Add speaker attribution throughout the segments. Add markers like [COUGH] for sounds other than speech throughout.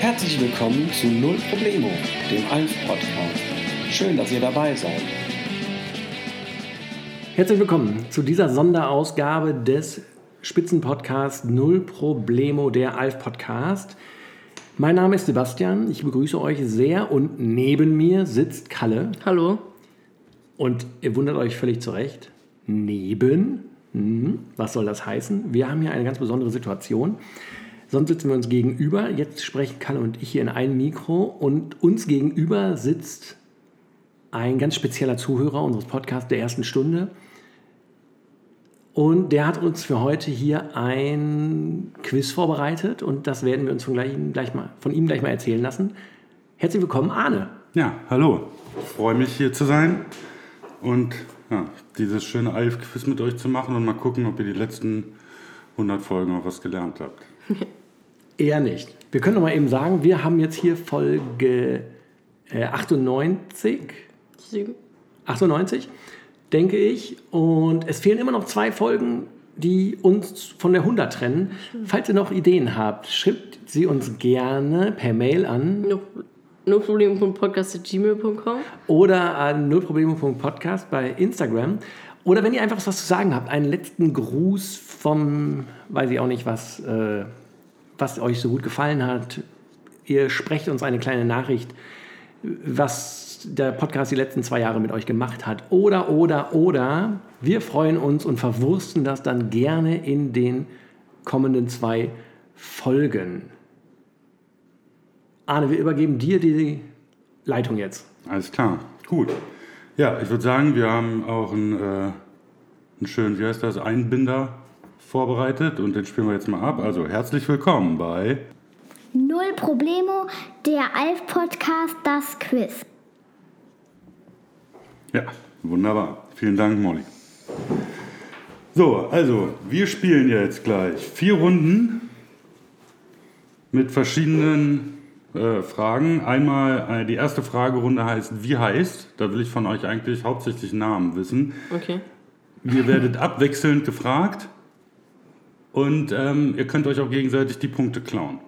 Speaker 1: Herzlich willkommen zu Null Problemo, dem Alf-Podcast. Schön, dass ihr dabei seid.
Speaker 2: Herzlich willkommen zu dieser Sonderausgabe des Spitzenpodcasts Null Problemo, der Alf-Podcast. Mein Name ist Sebastian, ich begrüße euch sehr und neben mir sitzt Kalle.
Speaker 3: Hallo.
Speaker 2: Und ihr wundert euch völlig zurecht. Neben? Hm, was soll das heißen? Wir haben hier eine ganz besondere Situation. Sonst sitzen wir uns gegenüber. Jetzt sprechen Kalle und ich hier in einem Mikro. Und uns gegenüber sitzt ein ganz spezieller Zuhörer unseres Podcasts der ersten Stunde. Und der hat uns für heute hier ein Quiz vorbereitet. Und das werden wir uns von, gleich, gleich mal, von ihm gleich mal erzählen lassen. Herzlich willkommen, Arne.
Speaker 4: Ja, hallo. Ich freue mich hier zu sein und ja, dieses schöne Alf-Quiz mit euch zu machen und mal gucken, ob ihr die letzten 100 Folgen auch was gelernt habt.
Speaker 2: Eher nicht. Wir können noch mal eben sagen, wir haben jetzt hier Folge äh, 98,
Speaker 3: Sieben.
Speaker 2: 98, denke ich. Und es fehlen immer noch zwei Folgen, die uns von der 100 trennen. Falls ihr noch Ideen habt, schreibt sie uns gerne per Mail an
Speaker 3: No, no problem.podcast.gmail.com.
Speaker 2: oder an nullprobleme.podcast bei Instagram. Oder wenn ihr einfach was zu sagen habt, einen letzten Gruß vom, weiß ich auch nicht, was, äh, was euch so gut gefallen hat. Ihr sprecht uns eine kleine Nachricht, was der Podcast die letzten zwei Jahre mit euch gemacht hat. Oder, oder, oder. Wir freuen uns und verwursten das dann gerne in den kommenden zwei Folgen. Arne, wir übergeben dir die Leitung jetzt.
Speaker 4: Alles klar, gut. Ja, ich würde sagen, wir haben auch einen, äh, einen schönen, wie heißt das, Einbinder vorbereitet und den spielen wir jetzt mal ab. Also herzlich willkommen bei
Speaker 5: Null Problemo, der Alf-Podcast, das Quiz.
Speaker 4: Ja, wunderbar. Vielen Dank, Molly. So, also, wir spielen jetzt gleich vier Runden mit verschiedenen äh, Fragen. Einmal, äh, die erste Fragerunde heißt, wie heißt? Da will ich von euch eigentlich hauptsächlich Namen wissen.
Speaker 3: Okay.
Speaker 4: Ihr werdet abwechselnd gefragt und ähm, ihr könnt euch auch gegenseitig die Punkte klauen.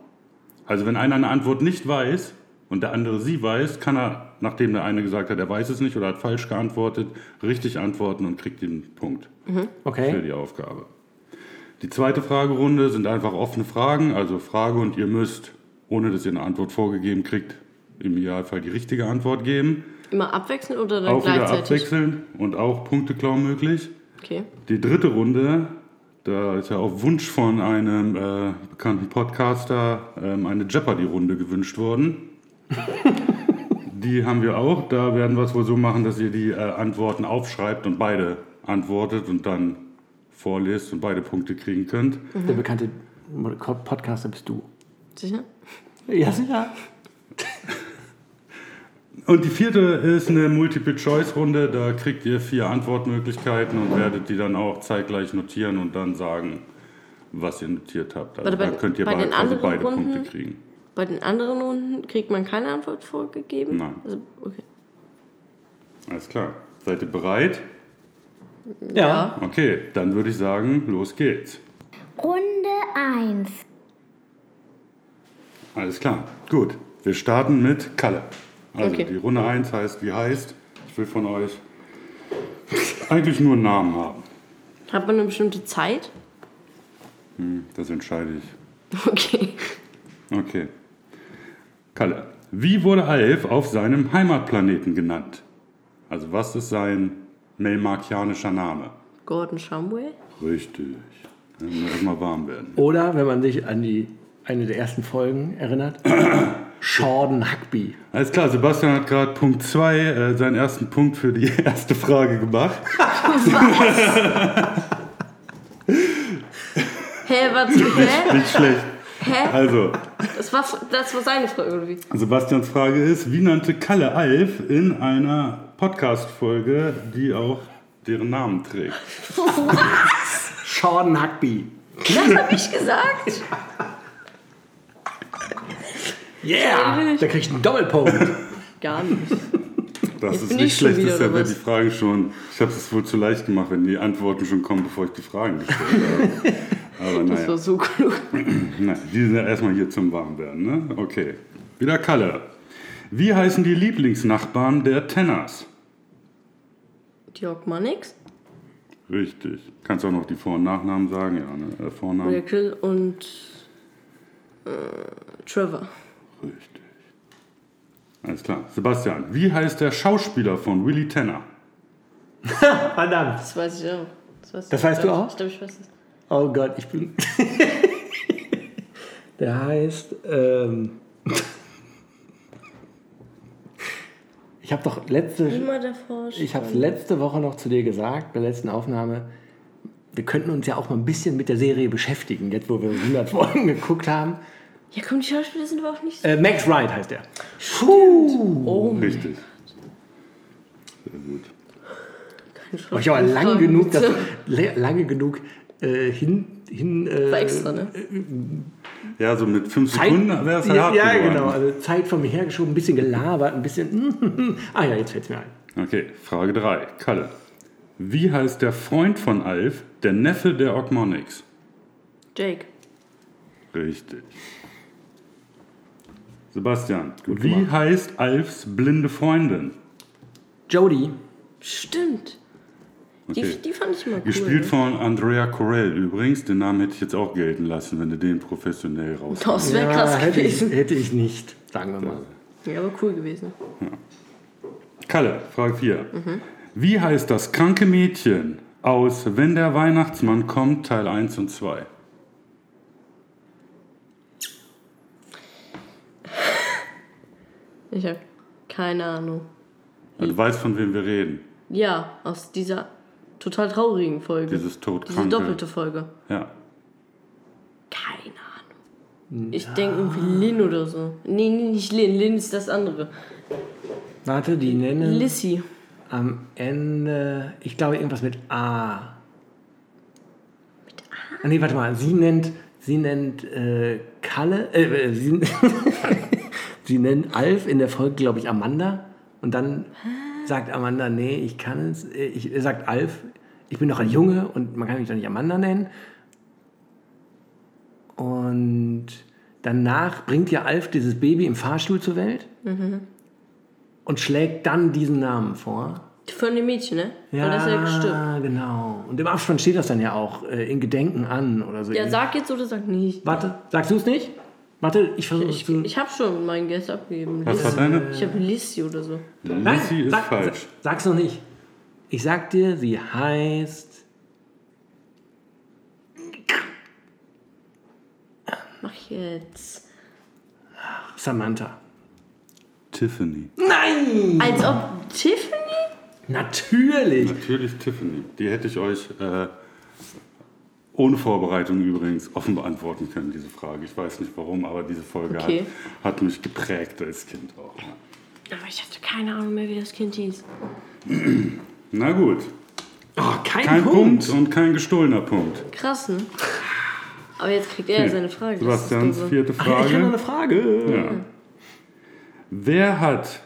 Speaker 4: Also wenn einer eine Antwort nicht weiß und der andere sie weiß, kann er, nachdem der eine gesagt hat, er weiß es nicht oder hat falsch geantwortet, richtig antworten und kriegt den Punkt
Speaker 2: Okay?
Speaker 4: für die Aufgabe. Die zweite Fragerunde sind einfach offene Fragen, also Frage und ihr müsst, ohne dass ihr eine Antwort vorgegeben kriegt, im Idealfall die richtige Antwort geben.
Speaker 3: Immer abwechselnd oder dann
Speaker 4: Auch wieder
Speaker 3: gleichzeitig?
Speaker 4: abwechseln und auch Punkte klauen möglich.
Speaker 3: Okay.
Speaker 4: Die dritte Runde, da ist ja auf Wunsch von einem äh, bekannten Podcaster ähm, eine Jeopardy-Runde gewünscht
Speaker 3: [LAUGHS]
Speaker 4: worden. die haben wir auch. Da werden wir es wohl so machen, dass ihr die äh, Antworten aufschreibt und beide antwortet und dann vorlest und beide Punkte kriegen könnt.
Speaker 2: Der bekannte Podcaster bist du.
Speaker 3: Sicher?
Speaker 2: Ja, sicher.
Speaker 4: Und die vierte ist eine Multiple-Choice-Runde. Da kriegt ihr vier Antwortmöglichkeiten und werdet die dann auch zeitgleich notieren und dann sagen, was ihr notiert habt. Also
Speaker 3: Warte, bei-
Speaker 4: da könnt ihr
Speaker 3: bei
Speaker 4: beide,
Speaker 3: den
Speaker 4: also
Speaker 3: anderen
Speaker 4: beide Punkte
Speaker 3: Runden-
Speaker 4: kriegen.
Speaker 3: Bei den anderen Runden kriegt man keine Antwort vorgegeben?
Speaker 4: Nein.
Speaker 3: Also, okay.
Speaker 4: Alles klar. Seid ihr bereit?
Speaker 2: Ja.
Speaker 4: Okay, dann würde ich sagen, los geht's.
Speaker 5: Runde 1.
Speaker 4: Alles klar. Gut. Wir starten mit Kalle. Also
Speaker 3: Okay.
Speaker 4: die Runde 1 heißt, wie heißt? Ich will von euch [LAUGHS] eigentlich nur einen Namen haben.
Speaker 3: Hat man eine bestimmte Zeit? [LAUGHS]
Speaker 4: Das entscheide ich.
Speaker 3: Okay.
Speaker 4: Okay. Kalle. Wie wurde Alf auf seinem Heimatplaneten genannt? Also was ist sein melmarkianischer Name?
Speaker 3: Gordon Shumway?
Speaker 4: Richtig. Dann muss erstmal warm werden.
Speaker 2: Oder wenn man sich an die eine der ersten Folgen [COUGHS] erinnert, Jordan Huckby.
Speaker 4: Alles klar, Sebastian hat gerade Punkt 2, äh, seinen ersten Punkt für die [LAUGHS] erste Frage gemacht.
Speaker 3: Hä, was? Hä?
Speaker 4: Nicht schlecht.
Speaker 3: Hä?
Speaker 4: Also,
Speaker 3: Das war, das war seine Frage, oder wie? [LAUGHS]
Speaker 4: Sebastians Frage ist, wie nannte Kalle Alf in einer Podcast-Folge, die auch deren Namen trägt?
Speaker 2: Jordan Huckby.
Speaker 3: Das hab ich gesagt.
Speaker 2: Yeah! Der kriegt einen Doppelpunkt.
Speaker 3: Gar nicht.
Speaker 4: Das
Speaker 3: Jetzt
Speaker 4: ist
Speaker 3: bin
Speaker 4: nicht
Speaker 3: ich schon
Speaker 4: schlecht,
Speaker 3: wieder,
Speaker 4: deshalb
Speaker 3: oder
Speaker 4: wird die
Speaker 3: was?
Speaker 4: Fragen schon. Ich habe es wohl zu leicht gemacht, wenn die Antworten schon kommen, bevor ich die Fragen gestellt habe. Aber
Speaker 3: Das war
Speaker 4: naja.
Speaker 3: so klug.
Speaker 4: Na, die sind ja erstmal hier zum Warmwerden, ne? Okay. Wieder Kalle. Wie heißen die Lieblingsnachbarn der Tenners?
Speaker 3: Jörg Mannix
Speaker 4: Richtig. Kannst auch noch die Vor- und Nachnamen sagen, ja, ne? Äh, Vornamen.
Speaker 3: Michael und äh, Trevor.
Speaker 4: Richtig. Alles klar. Sebastian, wie heißt der Schauspieler von Willy Tanner?
Speaker 2: [LAUGHS] Verdammt.
Speaker 3: Das weiß ich auch. Das, weiß,
Speaker 2: Das weißt du auch?
Speaker 3: Ich glaube, ich weiß es.
Speaker 2: Oh Gott, ich bin. [LAUGHS] Der heißt. Ähm [LAUGHS] ich habe doch letzte.
Speaker 3: Immer davor.
Speaker 2: Ich habe letzte Woche noch zu dir gesagt, bei der letzten Aufnahme. Wir könnten uns ja auch mal ein bisschen mit der Serie beschäftigen, jetzt wo wir [LAUGHS] 100 Folgen geguckt haben.
Speaker 3: Ja, komm, die Schauspieler sind aber auch nicht so.
Speaker 2: Äh, Max Wright heißt er. Puh.
Speaker 3: Oh,
Speaker 4: Richtig. Sehr gut.
Speaker 2: Hab ich aber lang genug, das, le- lange genug äh, hin. hin
Speaker 3: War
Speaker 2: äh,
Speaker 3: extra, ne?
Speaker 4: Ja, so mit fünf
Speaker 2: Zeit,
Speaker 4: Sekunden wäre es
Speaker 2: ja,
Speaker 4: hart
Speaker 2: ja
Speaker 4: geworden.
Speaker 2: genau. Also Zeit von mir hergeschoben, ein bisschen gelabert, ein bisschen. [LAUGHS] ah ja, jetzt fällt es mir ein.
Speaker 4: Okay, Frage 3. Kalle. Wie heißt der Freund von Alf, der Neffe der Ogmonics?
Speaker 3: Jake.
Speaker 4: Richtig. Sebastian, wie heißt Alfs blinde Freundin?
Speaker 2: Jody.
Speaker 3: Stimmt.
Speaker 4: Okay.
Speaker 3: Die, die fand ich immer cool.
Speaker 4: Gespielt
Speaker 3: ne?
Speaker 4: von Andrea Corell übrigens. Den Namen hätte ich jetzt auch gelten lassen, wenn du den professionell raus.
Speaker 3: Das wäre Oh, krass
Speaker 2: hätte, ich,
Speaker 3: gewesen.
Speaker 2: hätte ich nicht, sagen wir mal.
Speaker 3: Ja, aber cool gewesen.
Speaker 4: Kalle, Frage 4. Wie heißt das kranke Mädchen aus Wenn der Weihnachtsmann kommt, Teil 1 und 2?
Speaker 3: Ich habe keine Ahnung.
Speaker 4: Also, Du weißt, von wem wir reden.
Speaker 3: Ja, aus dieser total traurigen Folge.
Speaker 4: Dieses todkranke.
Speaker 3: Diese doppelte Folge.
Speaker 4: Ja.
Speaker 3: Keine Ahnung. Ich denke irgendwie Lin oder so. Nee, nee, nicht Lin. Lin ist das andere.
Speaker 2: Warte, die nennen
Speaker 3: Lissy.
Speaker 2: am Ende, ich glaube, irgendwas mit A. Mit A? Nee, warte mal. Sie nennt, sie nennt äh, Kalle. Äh, äh, sie, [LAUGHS] sie nennt Alf in der Folge, glaube ich, Amanda. Und dann sagt Amanda, nee, ich kann es. äh, Ich, äh, sagt Alf, ich bin doch ein Junge und man kann mich doch nicht Amanda nennen. Und danach bringt ja Alf dieses Baby im Fahrstuhl zur Welt und schlägt dann diesen Namen vor.
Speaker 3: Von dem Mädchen, ne? Weil das ja gestirbt.
Speaker 2: genau. Und im Abspann steht das dann ja auch äh, in Gedenken an oder so.
Speaker 3: Ja, sag jetzt oder sag nicht.
Speaker 2: Warte, sagst du es nicht? Warte, ich versuche es
Speaker 3: Ich,
Speaker 2: zu.
Speaker 3: ich habe schon meinen Guest abgegeben.
Speaker 4: Was war
Speaker 3: Lissy.
Speaker 4: deine?
Speaker 3: Ich habe Lissy oder so.
Speaker 4: Lissy ist
Speaker 2: sag,
Speaker 4: falsch.
Speaker 2: sa- Sag's noch nicht. Ich sag dir, sie heißt.
Speaker 3: Mach jetzt.
Speaker 2: Samantha.
Speaker 4: Tiffany.
Speaker 2: Nein!
Speaker 3: Als ob Tiffany?
Speaker 2: Natürlich!
Speaker 4: Natürlich Tiffany. Die hätte ich euch äh, ohne Vorbereitung übrigens offen beantworten können, diese Frage. Ich weiß nicht warum, aber diese Folge
Speaker 3: Okay.
Speaker 4: hat, hat mich geprägt als Kind auch.
Speaker 3: Aber ich hatte keine Ahnung mehr, wie das Kind hieß.
Speaker 4: Na gut,
Speaker 2: Oh, kein,
Speaker 4: kein
Speaker 2: Punkt!
Speaker 4: Punkt. und kein gestohlener Punkt.
Speaker 3: Krass, ne? Aber jetzt kriegt er ja seine Frage. Das ist
Speaker 4: Sebastians
Speaker 3: dumm.
Speaker 4: vierte
Speaker 2: Ach, ja, [LAUGHS] ich habe noch
Speaker 4: Frage.
Speaker 2: eine Frage.
Speaker 4: Ja. Wer hat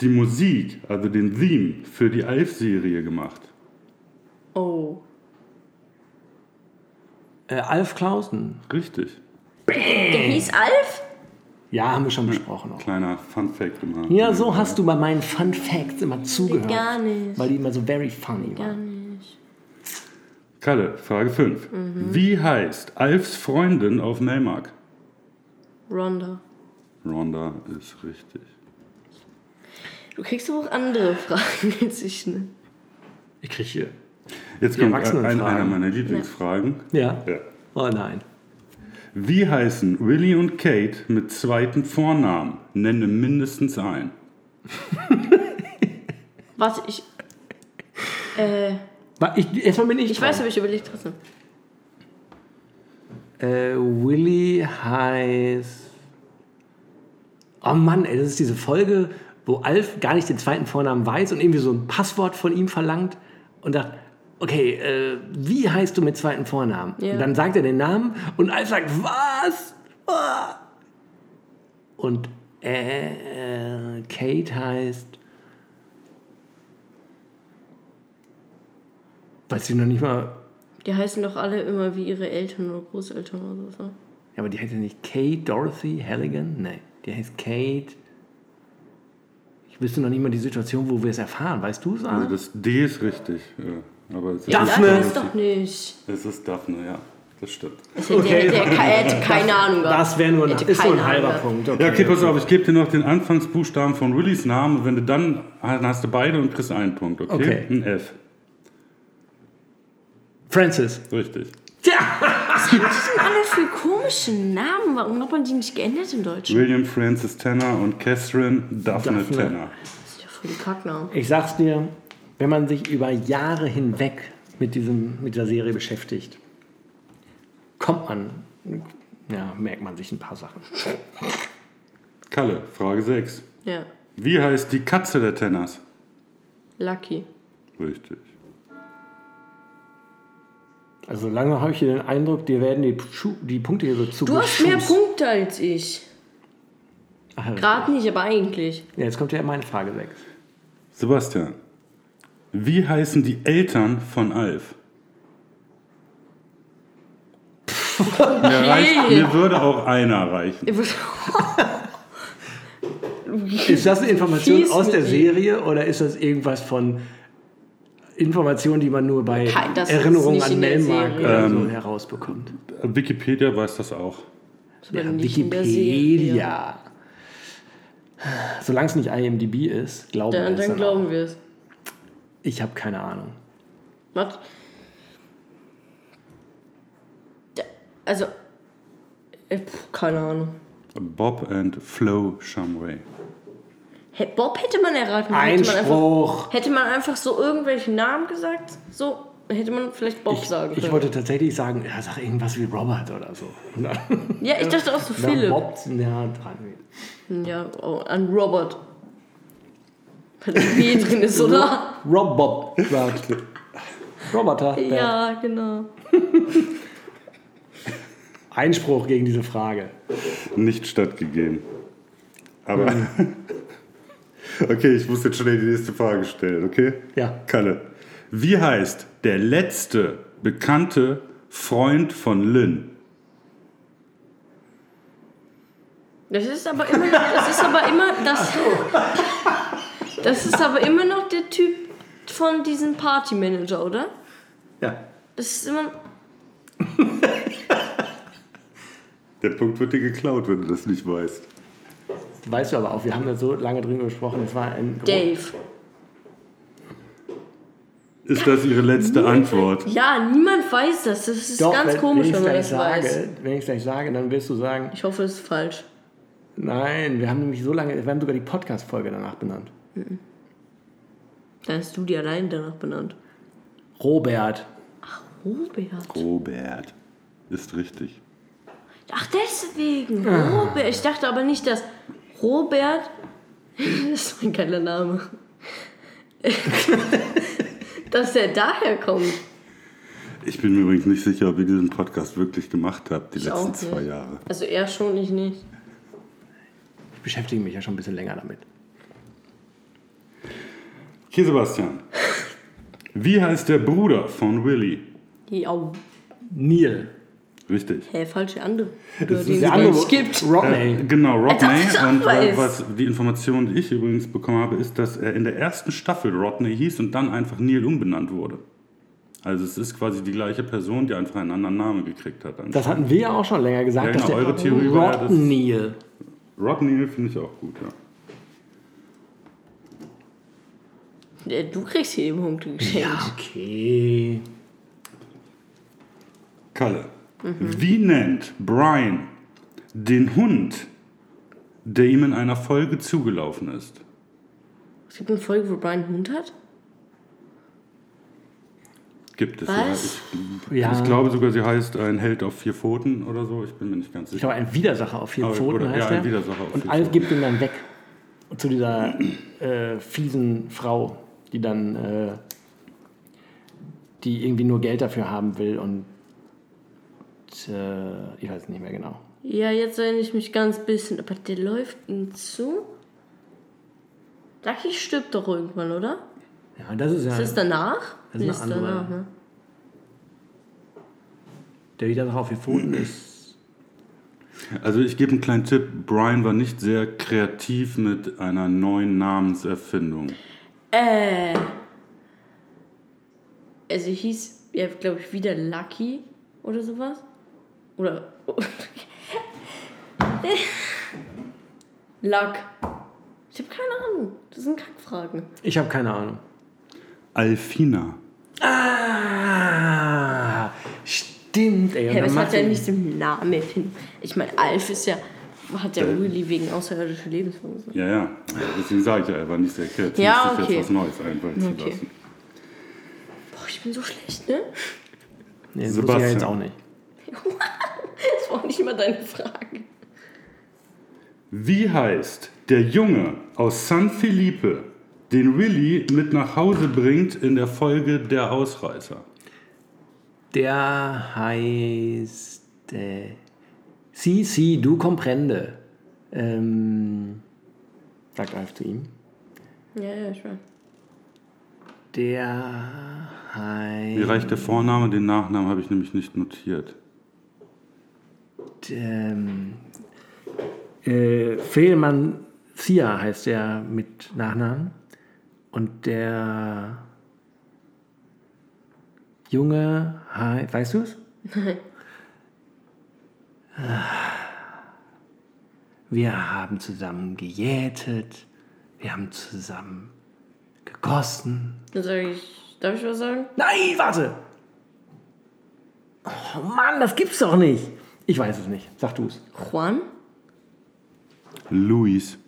Speaker 4: die Musik, also den Theme für die Alf-Serie gemacht?
Speaker 3: Oh.
Speaker 2: Äh, Alf Clausen.
Speaker 4: Richtig.
Speaker 3: Der hieß Alf?
Speaker 2: Ja, haben wir schon besprochen. Auch.
Speaker 4: Kleiner Fun-Fact immer.
Speaker 2: Ja, so hast du bei meinen Fun Facts immer zugehört.
Speaker 3: Gar nicht.
Speaker 2: Weil die immer so very funny waren.
Speaker 4: Kalle, Frage 5.
Speaker 2: Mhm.
Speaker 4: Wie heißt Alfs Freundin auf Melmark?
Speaker 3: Rhonda.
Speaker 4: Rhonda ist richtig.
Speaker 3: Du kriegst aber auch andere Fragen [LAUGHS] als ich, ne?
Speaker 2: Ich krieg hier.
Speaker 4: Jetzt
Speaker 2: Die
Speaker 4: kommt ein,
Speaker 2: Erwachsenenfragen.
Speaker 4: einer meiner Lieblingsfragen.
Speaker 2: Ja.
Speaker 4: Ja.
Speaker 2: Oh nein.
Speaker 4: Wie heißen Willy und Kate mit zweiten Vornamen? Nenne mindestens einen.
Speaker 3: Warte, ich. Äh,
Speaker 2: Wa- Ich, erstmal bin ich.
Speaker 3: ich weiß, aber ich überlege trotzdem.
Speaker 2: Äh, Willy heißt. Oh Mann, ey, das ist diese Folge, wo Alf gar nicht den zweiten Vornamen weiß und irgendwie so ein Passwort von ihm verlangt und sagt: Okay, äh, wie heißt du mit zweiten Vornamen?
Speaker 3: Ja.
Speaker 2: Und dann sagt er den Namen und Alf sagt: Was? Ah! Und äh, äh, Kate heißt. Weiß ich noch nicht mal.
Speaker 3: Die heißen doch alle immer wie ihre Eltern oder Großeltern oder so.
Speaker 2: Ja, aber die heißt ja nicht Kate Dorothy Halligan? Nee, die heißt Kate. Ich wüsste noch nicht mal die Situation, wo wir es erfahren. Weißt du es,
Speaker 4: Also
Speaker 2: Arne?
Speaker 4: das D ist richtig. Ja. Aber es
Speaker 2: Ja,
Speaker 4: ist,
Speaker 2: Daphne.
Speaker 3: Daphne ist doch nicht.
Speaker 4: es ist Daphne, ja. Das stimmt.
Speaker 3: Ich hätte,
Speaker 2: Okay.
Speaker 3: hätte, hätte, hätte keine Ahnung gehabt.
Speaker 2: Das wäre nur ein,
Speaker 3: Hätte
Speaker 2: ist nur ein
Speaker 3: keine
Speaker 2: halber
Speaker 3: Ahnung
Speaker 2: Punkt.
Speaker 4: Ja, okay, pass auf, ich gebe dir noch den Anfangsbuchstaben von Willys Namen und wenn du dann, dann hast du beide und kriegst einen Punkt, okay?
Speaker 2: Okay.
Speaker 4: Ein F.
Speaker 2: Francis.
Speaker 4: Richtig.
Speaker 3: Was sind alle für komische Namen? Warum hat man die nicht geändert in Deutsch?
Speaker 4: William Francis Tanner und Catherine Daphne,
Speaker 2: Daphne.
Speaker 4: Tanner.
Speaker 3: Das ist ja voll die Kacknamen.
Speaker 2: Ich sag's dir, wenn man sich über Jahre hinweg mit, diesem, mit dieser Serie beschäftigt, kommt man, ja, merkt man sich ein paar Sachen.
Speaker 4: Kalle, Frage 6.
Speaker 3: Ja,
Speaker 4: Wie heißt die Katze der Tenners?
Speaker 3: Lucky.
Speaker 4: Richtig.
Speaker 2: Also lange habe ich hier den Eindruck, dir werden die, Schu- die Punkte hier so zu.
Speaker 3: Du hast mehr Punkte als ich. Ah, Gerade nicht, aber [LAUGHS] eigentlich.
Speaker 2: Ja, jetzt kommt ja meine Frage 6.
Speaker 4: Sebastian, wie heißen die Eltern von Alf? mir, reicht, mir würde auch einer reichen.
Speaker 2: Ist das eine Information
Speaker 3: Fies
Speaker 2: aus der
Speaker 3: mit
Speaker 2: Serie oder ist das irgendwas von Informationen, die man nur bei
Speaker 3: Kein- das ist
Speaker 2: Erinnerungen
Speaker 3: nicht
Speaker 2: an
Speaker 3: in der
Speaker 2: Melmark
Speaker 3: Serie.
Speaker 2: oder so herausbekommt?
Speaker 4: Wikipedia weiß das auch.
Speaker 3: Das war
Speaker 2: Ja,
Speaker 3: nicht in der Serie.
Speaker 2: Wikipedia. Solange es nicht IMDb ist, glauben wir
Speaker 3: Dann,
Speaker 2: es.
Speaker 3: dann
Speaker 2: dann
Speaker 3: glauben wir es.
Speaker 2: auch. Ich habe keine Ahnung.
Speaker 3: Warte. Da- Also. äh, pf, Keine Ahnung.
Speaker 4: Bob and Flo Shumway.
Speaker 3: Hä, Bob hätte man erraten. Hätte man, einfach,
Speaker 2: Einspruch.
Speaker 3: hätte man einfach so irgendwelche Namen gesagt, so hätte man vielleicht Bob sagen
Speaker 2: Ich
Speaker 3: können.
Speaker 2: wollte tatsächlich sagen, ja, sag irgendwas wie Robert oder so.
Speaker 3: [LAUGHS]
Speaker 2: Na,
Speaker 3: ja, ich dachte auch so Philipp.
Speaker 2: Bob, na, dran.
Speaker 3: Ja, oh, an Robert. Weil
Speaker 2: [LAUGHS]
Speaker 3: das B drin ist, oder?
Speaker 2: Rob Bob. Robert. Roboter.
Speaker 3: ja, genau.
Speaker 2: Einspruch gegen diese Frage.
Speaker 4: Nicht stattgegeben. Aber.
Speaker 3: Mhm.
Speaker 4: [LAUGHS] okay, ich muss jetzt schnell die nächste Frage stellen, okay?
Speaker 2: Ja.
Speaker 4: Kalle, wie heißt der letzte bekannte Freund von Lynn?
Speaker 3: Das ist aber immer noch, das ist aber immer das. [LAUGHS] Das ist aber immer noch der Typ von diesem Partymanager, oder?
Speaker 2: Ja.
Speaker 3: Das ist immer.
Speaker 4: Der Punkt wird dir geklaut, wenn du das nicht weißt.
Speaker 2: Weißt du aber auch, wir haben da so lange drüber gesprochen. Es war ein. gro-
Speaker 3: Dave.
Speaker 4: Ist das Ihre letzte Antwort?
Speaker 3: Ja, niemand weiß das. Das ist
Speaker 2: Doch,
Speaker 3: ganz
Speaker 2: wenn-
Speaker 3: komisch,
Speaker 2: wenn,
Speaker 3: wenn
Speaker 2: ich's
Speaker 3: man
Speaker 2: gleich
Speaker 3: das weiß.
Speaker 2: sage, Wenn ich es gleich sage, dann wirst du sagen,
Speaker 3: Ich hoffe, das ist falsch.
Speaker 2: nein, wir haben nämlich so lange, wir haben sogar die Podcast-Folge danach benannt.
Speaker 3: Dann hast du die allein danach benannt.
Speaker 2: Robert.
Speaker 3: Robert.
Speaker 4: Robert. Ist richtig.
Speaker 3: Ach, deswegen. Robert. Ich dachte aber nicht, dass Robert. [LAUGHS] Das ist ein geiler Name. [LAUGHS] dass der daher kommt.
Speaker 4: Ich bin mir übrigens nicht sicher, ob ihr diesen Podcast wirklich gemacht habt, die
Speaker 3: Ich auch
Speaker 4: letzten
Speaker 3: nicht.
Speaker 4: zwei Jahre.
Speaker 3: Also er schon, ich nicht.
Speaker 2: Ich beschäftige mich ja schon ein bisschen länger damit.
Speaker 4: Hier, Sebastian. Wie heißt der Bruder von Willy?
Speaker 3: Ja,
Speaker 2: Neil.
Speaker 4: Richtig.
Speaker 3: hä, falsche andere. Oder
Speaker 4: ist
Speaker 3: den
Speaker 2: Der
Speaker 3: es
Speaker 2: andere
Speaker 3: nicht gibt.
Speaker 2: Rodney.
Speaker 4: Äh, genau, Rodney.
Speaker 3: Als ob ich
Speaker 4: Und
Speaker 3: weiß.
Speaker 4: äh, was die Information, die ich übrigens bekommen habe, ist, dass er in der ersten Staffel Rodney hieß und dann einfach Neil umbenannt wurde. Also es ist quasi die gleiche Person, die einfach einen anderen Namen gekriegt hat. Also
Speaker 2: Das hatten wir ja auch schon länger gesagt,
Speaker 4: Ja,
Speaker 2: dass
Speaker 4: genau,
Speaker 2: der
Speaker 4: eure Theorie war ja, dass-
Speaker 2: Rodney.
Speaker 4: Rodney finde ich auch gut, ja.
Speaker 3: Äh, Du kriegst hier eben Punkte geschenkt.
Speaker 2: Okay.
Speaker 4: Kalle,
Speaker 3: Mhm.
Speaker 4: wie nennt Brian den Hund, der ihm in einer Folge zugelaufen ist?
Speaker 3: Es gibt eine Folge, wo Brian einen Hund hat.
Speaker 4: Gibt es
Speaker 3: Was?
Speaker 4: ja.
Speaker 2: Ja.
Speaker 4: Ich, ich glaube sogar, sie heißt ein Held auf vier Pfoten oder so. Ich bin mir nicht ganz
Speaker 2: Ich glaube,
Speaker 4: sicher.
Speaker 2: ein Widersacher auf vier
Speaker 4: Aber
Speaker 2: Pfoten
Speaker 4: gut,
Speaker 2: heißt
Speaker 4: ja,
Speaker 2: er.
Speaker 4: ein Widersacher auf
Speaker 2: Und
Speaker 4: vier
Speaker 2: Alf
Speaker 4: Pfoten.
Speaker 2: gibt ihn dann weg. Zu dieser äh, fiesen Frau, die dann äh, die irgendwie nur Geld dafür haben will und äh, ich weiß nicht mehr genau.
Speaker 3: Ja, jetzt erinnere ich mich ganz bisschen, aber der läuft ihm zu. Lucky stirbt doch irgendwann, oder?
Speaker 2: Ja, das ist ja.
Speaker 3: Ist das danach?
Speaker 2: Das ist eine andere.
Speaker 3: ne?
Speaker 2: der wieder darauf gefunden ist.
Speaker 4: Also ich gebe einen kleinen Tipp. Brian war nicht sehr kreativ mit einer neuen Namenserfindung.
Speaker 3: Äh. Also hieß, ja, glaube ich, wieder Lucky oder sowas. Oder. [LAUGHS] Luck. Ich habe keine Ahnung. Das sind Kackfragen.
Speaker 2: Ich habe keine Ahnung.
Speaker 4: Alfina.
Speaker 2: Ah, stimmt, ey. Und
Speaker 3: Hä,
Speaker 2: dann
Speaker 3: aber es
Speaker 2: macht
Speaker 3: hat ja
Speaker 2: er-
Speaker 3: nichts im Namen hin. Ich meine, Alf ist ja. Hat ja Willy wegen außerirdischer Lebensformen.
Speaker 4: Ja, ja. Deswegen sage ich ja, er war nicht sehr kreativ,
Speaker 3: Ja,
Speaker 4: sich
Speaker 3: okay.
Speaker 4: jetzt was Neues einfallen zu
Speaker 3: Okay.
Speaker 4: lassen.
Speaker 3: Boah, ich bin so schlecht, ne? [LAUGHS]
Speaker 2: Nee, das wusste ich ja
Speaker 4: Sebastian.
Speaker 2: jetzt auch nicht.
Speaker 3: Das war auch nicht mal deine Frage.
Speaker 4: Wie heißt der Junge aus San Felipe, den Willy mit nach Hause bringt in der Folge Der Ausreißer?
Speaker 2: Der heißt. Äh, si, si, du comprende. Ähm, sagt Alf zu ihm.
Speaker 3: Ja, ja, ich weiß.
Speaker 2: Der
Speaker 4: Mir
Speaker 2: heißt.
Speaker 4: reicht der Vorname, den Nachnamen habe ich nämlich nicht notiert.
Speaker 2: Ähm, äh, Fehlmann Sia heißt der mit Nachnamen. Und der Junge hei- Weißt du es? [LAUGHS] Wir haben zusammen gejätet. Wir haben zusammen gegossen.
Speaker 3: Dann sage ich, darf ich was sagen?
Speaker 2: Nein, warte! Oh Mann, das gibt's doch nicht! Ich weiß es nicht. Sag du es.
Speaker 3: Juan?
Speaker 4: Luis.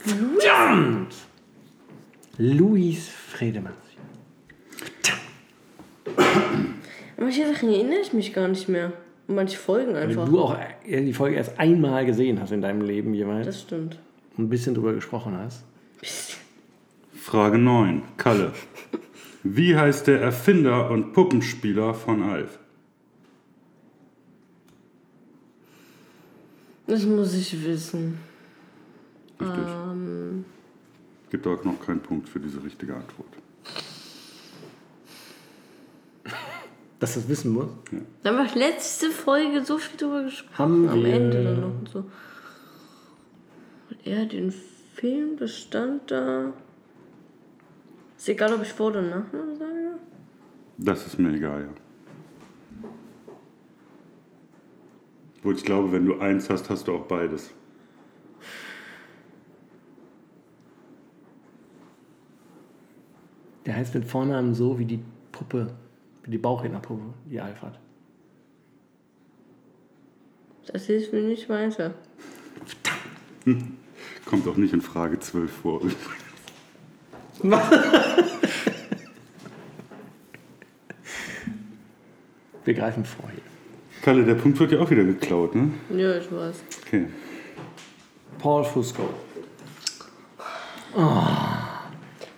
Speaker 2: Verdammt! Luis Friedemann.
Speaker 3: An manche Sachen erinnere ich mich gar nicht mehr. Und manche Folgen
Speaker 2: Wenn
Speaker 3: einfach.
Speaker 2: du auch äh, die Folge erst einmal gesehen hast in deinem Leben jeweils
Speaker 3: Das stimmt.
Speaker 2: und ein bisschen drüber gesprochen hast.
Speaker 4: Frage 9. Kalle. Wie heißt der Erfinder und Puppenspieler von Alf?
Speaker 3: Das muss ich wissen.
Speaker 4: Richtig. Ähm. Gibt aber noch keinen Punkt für diese richtige Antwort.
Speaker 2: Dass du es wissen musst.
Speaker 3: Da war letzte Folge so viel drüber gesprochen.
Speaker 2: Haben
Speaker 3: Am
Speaker 2: wir-
Speaker 3: Ende dann noch und so. Und er hat den Film, das stand da. Ist egal, ob ich Vor- oder Nachnamen sage.
Speaker 4: Das ist mir egal, ja. Wo ich glaube, wenn du eins hast, hast du auch beides.
Speaker 2: Der heißt mit Vornamen so wie die Puppe, wie die Bauchrednerpuppe, die Alf hat.
Speaker 3: Das hilft mir nicht weiter.
Speaker 4: Kommt auch nicht in Frage 12 vor. [LAUGHS]
Speaker 2: Wir greifen vor hier.
Speaker 4: Kalle, der Punkt wird ja auch wieder geklaut, ne?
Speaker 3: Ja, ich weiß.
Speaker 4: Okay.
Speaker 2: Paul Fusco.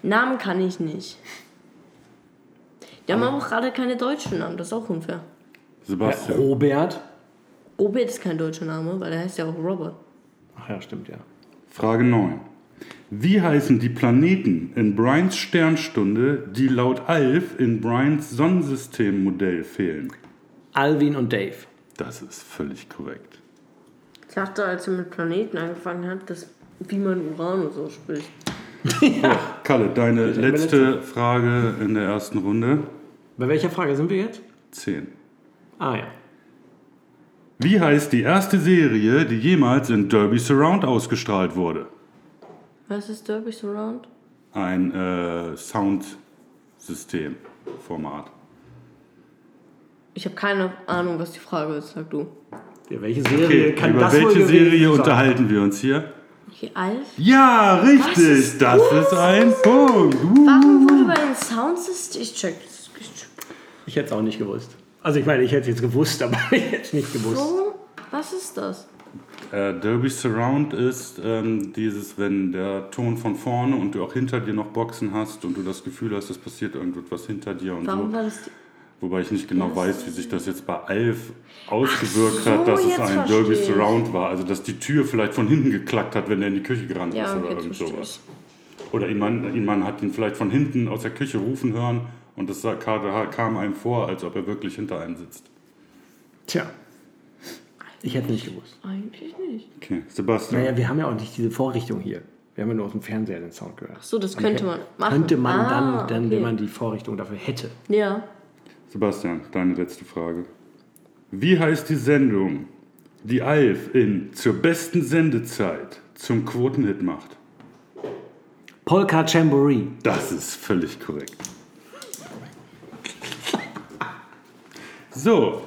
Speaker 3: Namen kann ich nicht. Die haben aber auch gerade keine deutschen Namen, das ist auch unfair.
Speaker 4: Sebastian.
Speaker 2: Robert.
Speaker 3: Robert ist kein deutscher Name, weil er heißt ja auch Robert.
Speaker 2: Ach ja, stimmt ja.
Speaker 4: Frage 9. Wie heißen die Planeten in Brians Sternstunde, die laut Alf in Brians Sonnensystemmodell fehlen?
Speaker 2: Alvin und Dave.
Speaker 4: Das ist völlig korrekt.
Speaker 3: Ich dachte, als er mit Planeten angefangen hat, dass, wie man Uranus ausspricht.
Speaker 4: Kalle, deine
Speaker 2: haben wir
Speaker 4: letzte Frage in der ersten Runde.
Speaker 2: Bei welcher Frage sind wir jetzt?
Speaker 4: 10.
Speaker 2: Ah ja.
Speaker 4: Wie heißt die erste Serie, die jemals in Derby Surround ausgestrahlt wurde?
Speaker 3: Was ist Derby Surround?
Speaker 4: Ein äh, Soundsystem-Format.
Speaker 3: Ich habe keine Ahnung, was die Frage ist, sag du.
Speaker 2: ja welche Serie
Speaker 4: Okay,
Speaker 2: kann
Speaker 4: über
Speaker 2: das wohl
Speaker 4: welche
Speaker 2: gewesen
Speaker 4: Serie
Speaker 2: sein?
Speaker 4: unterhalten wir uns hier?
Speaker 3: Okay, Alf?
Speaker 4: Ja, richtig, das ist, ein Punkt. Uh.
Speaker 3: Warum wurde bei den Soundsystem... Ich check. Ich check.
Speaker 2: Ich hätte es auch nicht gewusst. Also ich meine, ich hätte es jetzt gewusst, aber [LAUGHS] ich hätte es nicht gewusst.
Speaker 3: So, Oh, was ist das?
Speaker 4: Äh, Dolby Surround ist ähm, dieses, wenn der Ton von vorne und du auch hinter dir noch Boxen hast und du das Gefühl hast, es passiert irgendetwas hinter dir und
Speaker 3: Warum
Speaker 4: so.
Speaker 3: war das die...
Speaker 4: Wobei ich nicht genau weiß, wie sich das jetzt bei Alf ausgewirkt
Speaker 3: so,
Speaker 4: hat, dass es
Speaker 3: jetzt
Speaker 4: ein
Speaker 3: verstehe
Speaker 4: Derby
Speaker 3: ich.
Speaker 4: Surround war. Also, dass die Tür vielleicht von hinten geklackt hat, wenn er in die Küche gerannt ist
Speaker 3: Ja,
Speaker 4: oder
Speaker 3: okay, jetzt
Speaker 4: irgend
Speaker 3: verstehe
Speaker 4: sowas.
Speaker 3: ich.
Speaker 4: Oder ihn man, ihn man hat ihn vielleicht von hinten aus der Küche rufen hören und das sah- kam kam einem vor, als ob er wirklich hinter einem sitzt.
Speaker 2: Tja. Ich hätte nicht gewusst.
Speaker 3: Eigentlich nicht.
Speaker 4: Okay, Sebastian.
Speaker 2: Naja, wir haben ja auch nicht diese Vorrichtung hier. Wir haben ja nur aus dem Fernseher den Sound gehört.
Speaker 3: Ach so, das könnte man machen.
Speaker 2: Könnte man
Speaker 3: Ah,
Speaker 2: dann, dann
Speaker 3: okay.
Speaker 2: wenn man die Vorrichtung dafür hätte.
Speaker 3: Ja.
Speaker 4: Sebastian, deine letzte Frage. Wie heißt die Sendung, die Alf in zur besten Sendezeit zum Quotenhit macht?
Speaker 2: Polka Jamboree.
Speaker 4: Das ist völlig korrekt. So,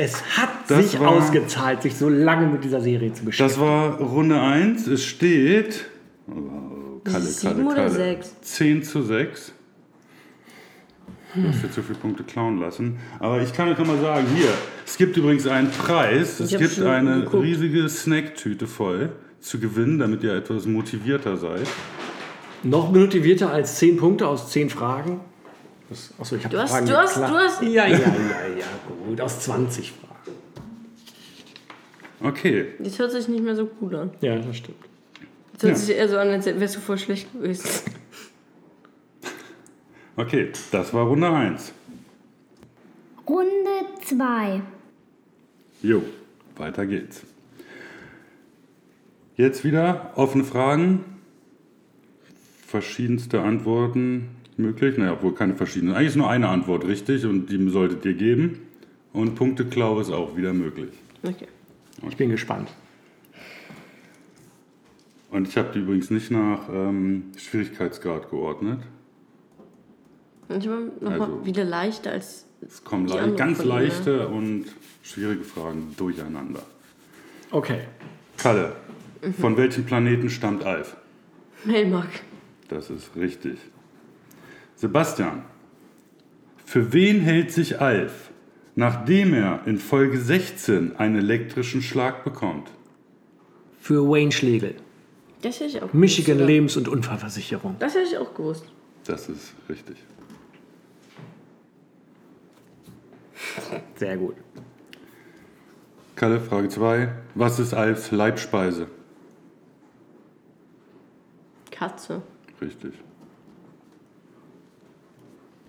Speaker 2: Es hat
Speaker 4: Das
Speaker 2: sich
Speaker 4: war-
Speaker 2: ausgezahlt, sich so lange mit dieser Serie zu beschäftigen.
Speaker 4: das war Runde 1. Es steht. Oh, Kalle,
Speaker 3: Ist es sieben oder sechs?
Speaker 4: 10 zu 6. Du hast dir zu viele Punkte klauen lassen. Aber ich kann euch nochmal sagen: hier, es gibt übrigens einen Preis. Es
Speaker 3: hab
Speaker 4: gibt
Speaker 3: schon
Speaker 4: eine
Speaker 3: geguckt.
Speaker 4: riesige Snacktüte voll zu gewinnen, damit ihr etwas motivierter seid.
Speaker 2: Noch motivierter als 10 Punkte aus 10 Fragen. Das, achso, ich hab
Speaker 3: Du
Speaker 2: die
Speaker 3: hast-
Speaker 2: Fragen
Speaker 3: du
Speaker 2: nicht
Speaker 3: hast-
Speaker 2: klar.
Speaker 3: du hast-
Speaker 2: Ja, ja, ja, ja, gut. Aus 20 Fragen.
Speaker 4: Okay,
Speaker 3: Das hört sich nicht mehr so cool an.
Speaker 2: Ja, das stimmt.
Speaker 3: Das hört
Speaker 4: Ja.
Speaker 3: sich eher so an, als wärst du voll schlecht gewesen.
Speaker 4: okay, das war Runde 1.
Speaker 5: Runde 2.
Speaker 4: Jo, weiter geht's. Jetzt wieder offene Fragen. Verschiedenste Antworten möglich. Naja, obwohl keine verschiedenen. Eigentlich ist nur eine Antwort richtig und die solltet ihr geben. Und Punkteklau ist auch wieder möglich.
Speaker 3: Okay.
Speaker 2: Ich bin gespannt.
Speaker 4: Und ich habe die übrigens nicht nach ähm, Schwierigkeitsgrad geordnet.
Speaker 3: Und ich war nochmal
Speaker 4: Also-
Speaker 3: wieder leichter als.
Speaker 4: Es kommen
Speaker 3: Die
Speaker 4: le
Speaker 3: anderen
Speaker 4: ganz
Speaker 3: von ne? Ihnen,
Speaker 4: leichte und schwierige Fragen durcheinander.
Speaker 2: Okay.
Speaker 4: Kalle,
Speaker 3: Mhm.
Speaker 4: von welchem Planeten stammt Alf?
Speaker 3: Melmark.
Speaker 4: Das ist richtig. Sebastian, für wen hält sich Alf, nachdem er in Folge 16 einen elektrischen Schlag bekommt?
Speaker 2: Für Wayne Schlegel.
Speaker 3: Das hätte ich auch gewusst.
Speaker 2: Michigan
Speaker 3: oder?
Speaker 2: Lebens- und Unfallversicherung.
Speaker 3: Das hätte ich auch gewusst.
Speaker 4: Das ist richtig.
Speaker 2: Sehr gut.
Speaker 4: Kalle, Frage 2. Was ist Alfs Leibspeise?
Speaker 3: Katze.
Speaker 4: Richtig.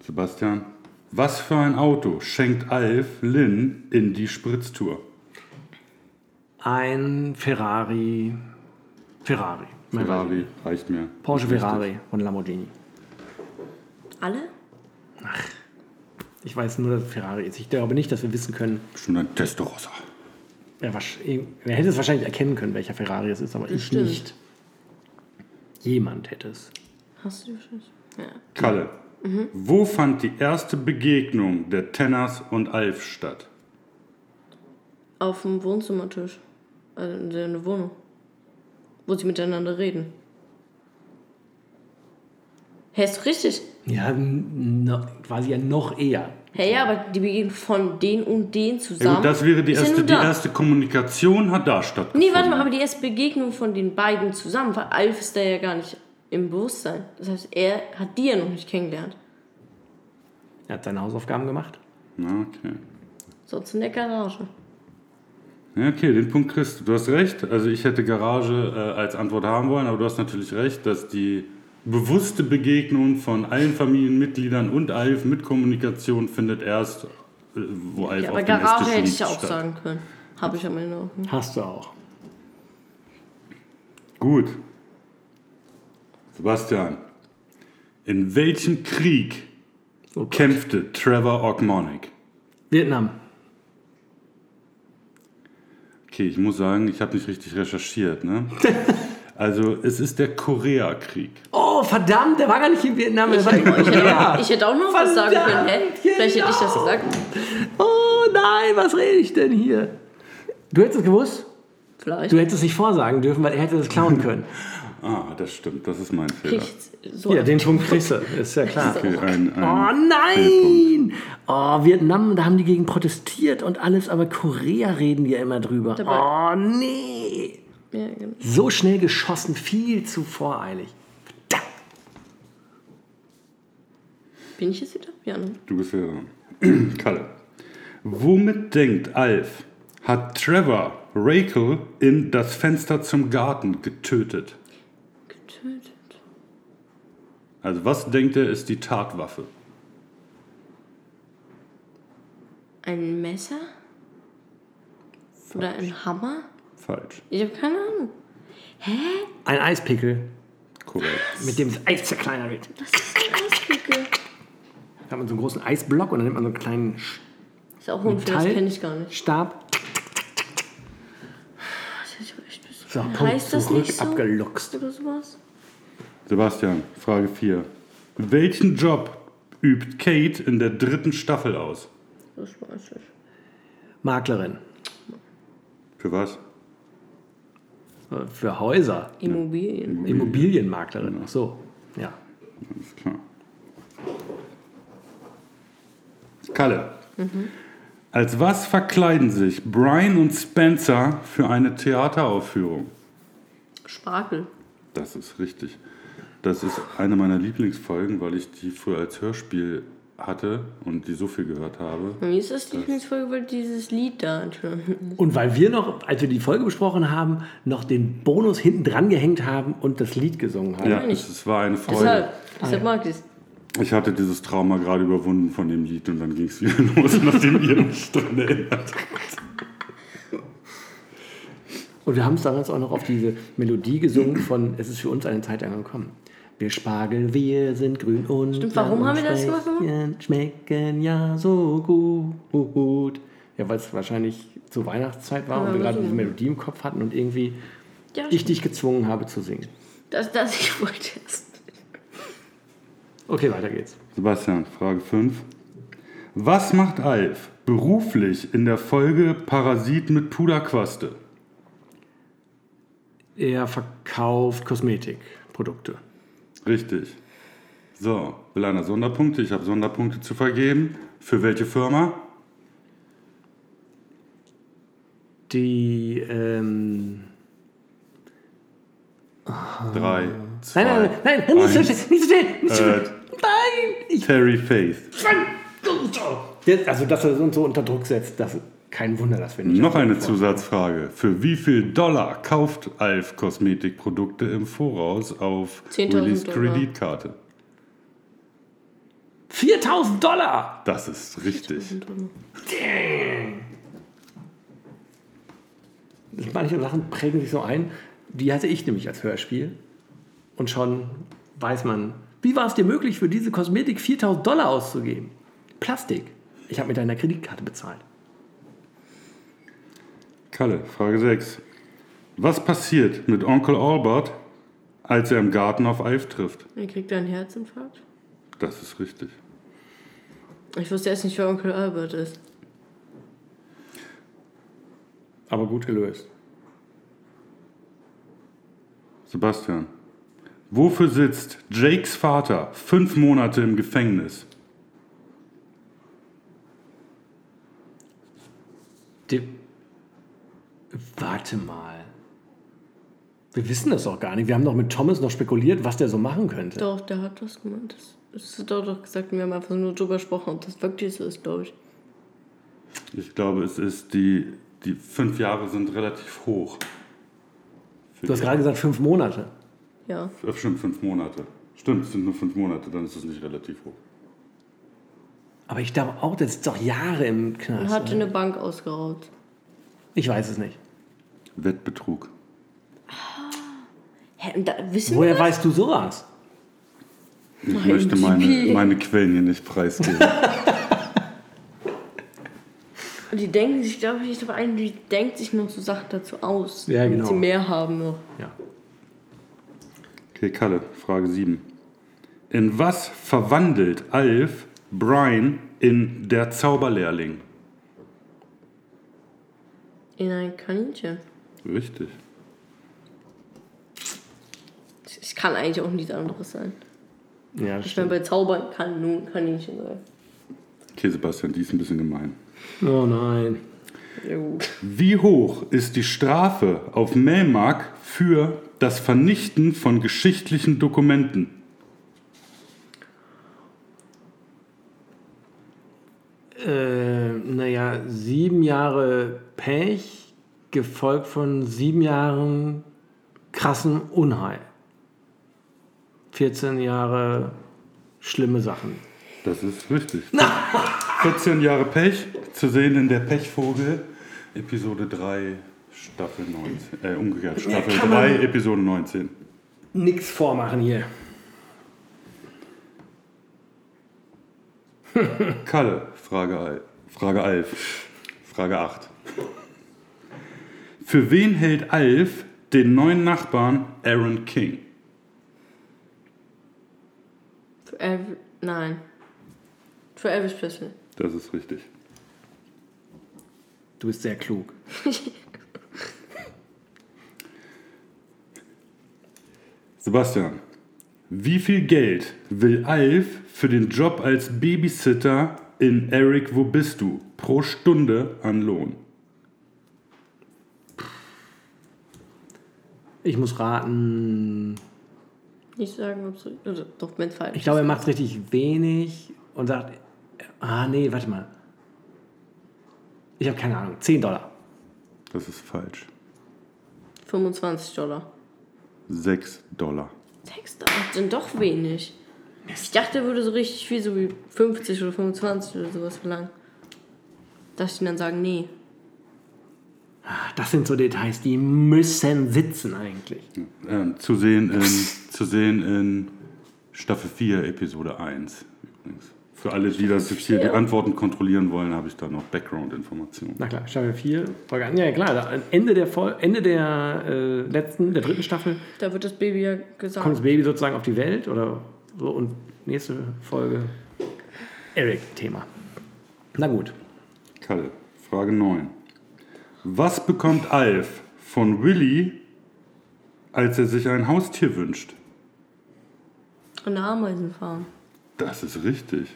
Speaker 4: Sebastian, was für ein Auto schenkt Alf Lynn in die Spritztour?
Speaker 2: Ein Ferrari. Ferrari. Mein Gott.
Speaker 4: Ferrari, reicht mir.
Speaker 2: Porsche Ferrari und Lamborghini.
Speaker 3: Alle?
Speaker 2: Ich weiß nur, dass es Ferrari ist. Ich glaube nicht, dass wir wissen können.
Speaker 4: Bestimmt ein Testarossa.
Speaker 2: Wer, wasch- wer hätte es wahrscheinlich erkennen können, welcher Ferrari es ist, aber ich
Speaker 3: Bestimmt.
Speaker 2: nicht. Jemand hätte es.
Speaker 3: Hast du schon? Ja.
Speaker 4: Kalle,
Speaker 3: Mhm.
Speaker 4: wo fand die erste Begegnung der Tenners und Alf statt?
Speaker 3: Auf dem Wohnzimmertisch. Also in der Wohnung. Wo sie miteinander reden. Hä, ist doch richtig.
Speaker 2: Ja, n- no, quasi ja noch eher.
Speaker 3: Hä, ja, aber die begehen von den und den
Speaker 4: Ja,
Speaker 3: zusammen.
Speaker 4: gut, das wäre die
Speaker 3: Ist ja
Speaker 4: erste,
Speaker 3: nur
Speaker 4: die
Speaker 3: da.
Speaker 4: erste Kommunikation hat da stattgefunden.
Speaker 3: Nee, warte mal, aber die erste Begegnung von den beiden zusammen, weil Alf ist da ja gar nicht im Bewusstsein. Das heißt, er hat die ja noch nicht kennengelernt.
Speaker 2: Er hat seine Hausaufgaben gemacht.
Speaker 4: Na, okay.
Speaker 3: Sonst in der Garage.
Speaker 4: Ja, okay, den Punkt kriegst du. Du hast recht. Also ich hätte Garage äh, als Antwort haben wollen, aber du hast natürlich recht, dass die bewusste Begegnung von allen Familienmitgliedern und Alf mit Kommunikation findet erst, äh, wo Alf
Speaker 3: Ja,
Speaker 4: auf
Speaker 3: aber
Speaker 4: dem Esstisch
Speaker 3: Garage hätte
Speaker 4: liegt,
Speaker 3: ich ja auch
Speaker 4: statt.
Speaker 3: sagen können. Habe ich am Ende auch. nicht.
Speaker 2: Hast du auch.
Speaker 4: Gut. Sebastian, in welchem Krieg
Speaker 2: Oh Gott.
Speaker 4: kämpfte Trevor Ogmonic?
Speaker 2: Vietnam.
Speaker 4: Okay, ich muss sagen, ich habe nicht richtig recherchiert. Ne?
Speaker 2: [LAUGHS]
Speaker 4: Also es ist der Koreakrieg.
Speaker 2: Oh, verdammt, der war gar nicht in Vietnam. Der
Speaker 3: Ich
Speaker 2: war in
Speaker 3: hätte, ich,
Speaker 2: Korea.
Speaker 3: hätte, ich hätte auch noch was sagen können. Hä?
Speaker 2: Verdammt,
Speaker 3: Vielleicht hätte ich das
Speaker 2: genau.
Speaker 3: gesagt.
Speaker 2: Oh nein, was rede ich denn hier? Du hättest es gewusst?
Speaker 3: Vielleicht.
Speaker 2: Du hättest es nicht vorsagen dürfen, weil er hätte es klauen können.
Speaker 4: Ah, das stimmt, das ist mein Fehler.
Speaker 3: Kriegst so
Speaker 2: Ja, den Punkt kriegst du, ist ja klar.
Speaker 4: Okay, ein,
Speaker 2: Oh
Speaker 4: ein
Speaker 2: nein! Oh, Vietnam, da haben die gegen protestiert und alles, aber Korea reden die ja immer drüber.
Speaker 3: Dabei-
Speaker 2: Oh nee!
Speaker 3: Ja, genau.
Speaker 2: So schnell geschossen, viel zu voreilig. Verdammt!
Speaker 3: Bin ich jetzt wieder? Ja, ne?
Speaker 4: du bist wieder dran. [CLEARS THROAT] Kalle. Womit denkt Alf, hat Trevor Rachel in das Fenster zum Garten getötet?
Speaker 3: Getötet.
Speaker 4: Also was denkt er, ist die Tatwaffe?
Speaker 3: Ein Messer? Oder ein Hammer?
Speaker 4: Falsch.
Speaker 3: Ich habe keine Ahnung.
Speaker 2: Ein Eispickel,
Speaker 4: Korrekt.
Speaker 2: mit dem das Eis zerkleinert wird.
Speaker 3: Was ist ein Eispickel?
Speaker 2: Da hat man so einen großen Eisblock und dann nimmt man so einen kleinen Sch-
Speaker 3: Ist auch unfair, das
Speaker 2: Metall-
Speaker 3: kenne ich gar nicht.
Speaker 2: Stab.
Speaker 3: Das ist ja echt bescheuert.
Speaker 2: So, Punkt
Speaker 3: Heißt das
Speaker 2: zurück,
Speaker 3: nicht so?
Speaker 2: abgeluchst.
Speaker 3: Oder sowas?
Speaker 4: Sebastian, Frage 4. Welchen Job übt Kate in der dritten Staffel aus?
Speaker 3: Das weiß ich.
Speaker 2: Maklerin.
Speaker 4: Für was?
Speaker 2: Äh, Für Häuser.
Speaker 3: Immobilien.
Speaker 2: Immobilienmaklerin. Ach so. Ja.
Speaker 4: Alles klar. Kalle.
Speaker 3: Mhm.
Speaker 4: Als was verkleiden sich Brian und Spencer für eine Theateraufführung?
Speaker 3: Spargel.
Speaker 4: Das ist richtig. Das ist eine meiner Lieblingsfolgen, weil ich die früher als Hörspiel hatte und die so viel gehört habe.
Speaker 3: Bei mir ist das Lieblingsfolge, weil dieses Lied da anscheinend
Speaker 2: Und weil wir noch, als wir die Folge besprochen haben, noch den Bonus hinten dran gehängt haben und das Lied gesungen haben.
Speaker 4: Ja,
Speaker 3: meine ich.
Speaker 4: es, es war eine Freude.
Speaker 3: Deshalb, deshalb
Speaker 2: Ah
Speaker 3: mag ich es.
Speaker 4: Ich hatte dieses Trauma gerade überwunden von dem Lied und dann ging es wieder [LAUGHS] los, nachdem ihr mich dran erinnert.
Speaker 2: Und wir haben es damals auch noch auf diese Melodie gesungen von Es ist für uns eine Zeit angekommen. Wir Spargel, wir sind grün und
Speaker 3: Stimmt, warum
Speaker 2: blau
Speaker 3: haben
Speaker 2: und
Speaker 3: wir das gemacht nochmal?
Speaker 2: schmecken- Schmecken ja so gut. Ja, weil es wahrscheinlich zur Weihnachtszeit war und wir gerade diese Melodie im Kopf hatten und irgendwie
Speaker 3: Ja,
Speaker 2: ich dich gezwungen habe zu singen.
Speaker 3: das, das ich wollte erst.
Speaker 2: Okay, weiter geht's.
Speaker 4: Sebastian, Frage 5. Was macht Alf beruflich in der Folge Parasit mit Puderquaste?
Speaker 2: Er verkauft Kosmetikprodukte.
Speaker 4: Richtig. So, will einer Sonderpunkte? Ich habe Sonderpunkte zu vergeben. Für welche Firma?
Speaker 2: Die, ähm,
Speaker 4: Drei, zwei,
Speaker 2: Ah. nein, nein, nein, nein, nicht so
Speaker 4: eins.
Speaker 2: schnell, nicht so schnell, nicht so schnell.
Speaker 4: Äh,
Speaker 2: Nein, ich
Speaker 4: Terry Faith.
Speaker 2: Das, also, dass er uns so unter Druck setzt, das kein Wunder, dass wir nicht.
Speaker 4: Noch eine Zusatzfrage. Für wie viel Dollar kauft Alf Kosmetikprodukte im Voraus auf
Speaker 3: 10.000
Speaker 4: Willys
Speaker 3: Dollar.
Speaker 4: Kreditkarte?
Speaker 2: 4000 Dollar!
Speaker 4: Das ist richtig.
Speaker 2: Manche Sachen prägen sich so ein. Die hatte ich nämlich als Hörspiel. Und schon weiß man, wie war es dir möglich, für diese Kosmetik 4000 Dollar auszugeben? Plastik. Ich habe mit deiner Kreditkarte bezahlt.
Speaker 4: Kalle, Frage 6. Was passiert mit Onkel Albert, als er im Garten auf Alf trifft?
Speaker 3: Dann kriegt er einen Herzinfarkt.
Speaker 4: Das ist richtig.
Speaker 3: Ich wusste erst nicht, wer Onkel Albert ist.
Speaker 2: Aber gut gelöst.
Speaker 4: Sebastian, wofür sitzt Jakes Vater fünf Monate im Gefängnis?
Speaker 2: Die Warte mal. Wir wissen das auch gar nicht. Wir haben doch mit Thomas noch spekuliert, was der so machen könnte.
Speaker 3: Doch, der hat das gemeint. Das, das hat er doch gesagt, wir haben einfach nur drüber gesprochen, ob das wirklich so ist, glaube ich.
Speaker 4: Ich glaube, es ist die, die fünf Jahre sind relativ hoch. Für
Speaker 2: Du hast
Speaker 4: die-
Speaker 2: gerade gesagt, fünf Monate.
Speaker 3: Ja.
Speaker 4: Äh, Stimmt, fünf Monate. Stimmt, es sind nur fünf Monate, dann ist es nicht relativ hoch.
Speaker 2: Aber ich glaube auch, das ist doch Jahre im
Speaker 3: Und
Speaker 2: Knast.
Speaker 3: hatte
Speaker 2: oder?
Speaker 3: eine Bank ausgeraubt.
Speaker 2: ich weiß es nicht.
Speaker 4: Wettbetrug.
Speaker 3: Hä, und da, wissen
Speaker 2: Woher
Speaker 3: wir das?
Speaker 2: weißt du sowas?
Speaker 4: Ich möchte meine,
Speaker 3: Pipi.
Speaker 4: meine Quellen hier nicht preisgeben.
Speaker 3: Und Die denken sich, glaube ich, aber ein, die denkt sich noch so Sachen dazu aus.
Speaker 2: Ja,
Speaker 3: damit
Speaker 2: genau.
Speaker 3: Sie mehr haben noch.
Speaker 2: Ja.
Speaker 4: Okay, Kalle, Frage 7. In was verwandelt Alf Brian in der Zauberlehrling?
Speaker 3: In ein Kaninchen.
Speaker 4: Richtig.
Speaker 3: Ich kann eigentlich auch nichts anderes sein.
Speaker 2: Ja, das
Speaker 3: Ich meine,
Speaker 2: stimmt.
Speaker 3: bei Zaubern kann nur ein Kaninchen sein.
Speaker 4: Okay, Sebastian, die ist ein bisschen gemein.
Speaker 2: Oh nein.
Speaker 3: Ja, gut.
Speaker 4: Wie hoch ist die Strafe auf Melmark für das Vernichten von geschichtlichen Dokumenten?
Speaker 2: Äh, naja, sieben Jahre Pech, gefolgt von sieben Jahren krassen Unheil. 14 Jahre schlimme Sachen.
Speaker 4: [LAUGHS] Das ist richtig. 14 Jahre Pech, zu sehen in der Pechvogel Episode 3, Staffel 19. Äh, umgekehrt, Staffel
Speaker 2: kann man-
Speaker 4: 3, Episode 19.
Speaker 2: Nix vormachen hier.
Speaker 4: Kalle, Frage, Al- Frage Alf. Frage 8. Für wen hält Alf den neuen Nachbarn Aaron King?
Speaker 3: Für Elvis. Nein. Für Elvis Presley.
Speaker 4: Das ist richtig.
Speaker 2: Du bist sehr klug.
Speaker 4: Sebastian, wie viel Geld will Alf für den Job als Babysitter in Eric, wo bist du? Pro Stunde an Lohn.
Speaker 2: Ich muss raten.
Speaker 3: Nicht sagen, ob es. Also, doch, wenn falsch.
Speaker 2: Ich glaube, er macht richtig wenig und sagt, ah nee, warte mal. Ich habe keine Ahnung, 10 Dollar.
Speaker 4: Das ist falsch.
Speaker 3: 25 Dollar.
Speaker 4: 6 Dollar.
Speaker 3: 6 Dollar sind doch wenig. Ich dachte, er würde so richtig viel, so wie 50 oder 25 oder sowas verlangen. Dass ich ihn dann sagen, nee.
Speaker 2: Das sind so Details, die müssen sitzen eigentlich.
Speaker 4: Ähm, zu, sehen in, zu sehen in Staffel 4, Episode 1. Übrigens. Für alle, die das jetzt hier die Antworten kontrollieren wollen, habe ich da noch Background-Informationen.
Speaker 2: Na klar, Staffel 4, Folge 1. Ja, klar, da, am Ende der, Fol Ende der äh, letzten, der dritten Staffel
Speaker 3: Da wird das Baby ja
Speaker 2: kommt das
Speaker 3: gesagt.
Speaker 2: Baby sozusagen auf die Welt oder so und nächste Folge Eric-Thema. Na gut.
Speaker 4: Kalle, Frage 9. Was bekommt Alf von Willy, als er sich ein Haustier wünscht?
Speaker 3: Eine Ameisenfarm.
Speaker 4: Das ist richtig.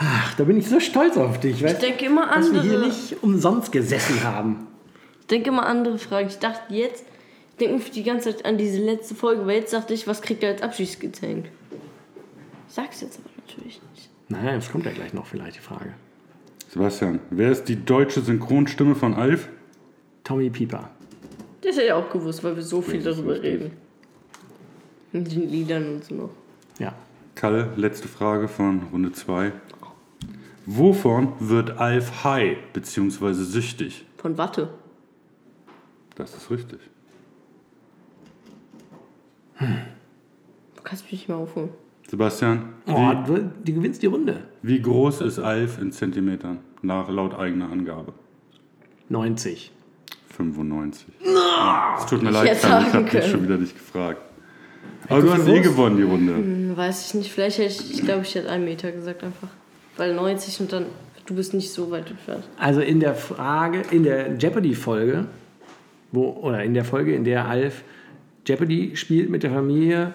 Speaker 2: Ach, da bin ich so stolz auf dich, weißt
Speaker 3: Ich denke immer
Speaker 2: dass wir hier
Speaker 3: andere.
Speaker 2: nicht umsonst gesessen haben.
Speaker 3: Ich denke immer andere Fragen. Ich dachte jetzt, ich denke irgendwie die ganze Zeit an diese letzte Folge, weil jetzt dachte ich, was kriegt er als Abschiedsgeschenk? Ich sag's jetzt aber natürlich nicht.
Speaker 2: Naja, es kommt ja gleich noch vielleicht die Frage.
Speaker 4: Sebastian, wer ist die deutsche Synchronstimme von Alf?
Speaker 2: Tommy Pieper.
Speaker 3: Das hätte ich auch gewusst, weil wir so viel
Speaker 4: Das ist
Speaker 3: darüber
Speaker 4: richtig.
Speaker 3: reden. Mit den Liedern und so noch.
Speaker 2: Ja.
Speaker 4: Kalle, letzte Frage von Runde 2. Wovon wird Alf high bzw. süchtig?
Speaker 3: Von Watte.
Speaker 4: Das ist richtig.
Speaker 3: Du kannst mich nicht mal aufholen.
Speaker 4: Sebastian,
Speaker 2: Oh, du, du gewinnst die Runde.
Speaker 4: wie groß ist Alf in Zentimetern? Nach laut eigener Angabe.
Speaker 2: 90.
Speaker 4: 95. Ja, Es tut mir leid,
Speaker 3: hätte
Speaker 4: Kalle, ich
Speaker 3: sagen
Speaker 4: habe dich
Speaker 3: können.
Speaker 4: schon wieder nicht gefragt. Aber du hast eh gewonnen, die Runde.
Speaker 3: Hm, Weiß ich nicht. Vielleicht hätte ich, ich glaube, ich hätte einen Meter gesagt einfach. Weil 90 und dann, du bist nicht so weit entfernt.
Speaker 2: Also in der Frage, in der Jeopardy-Folge, wo, oder in der Folge, in der Alf Jeopardy spielt mit der Familie,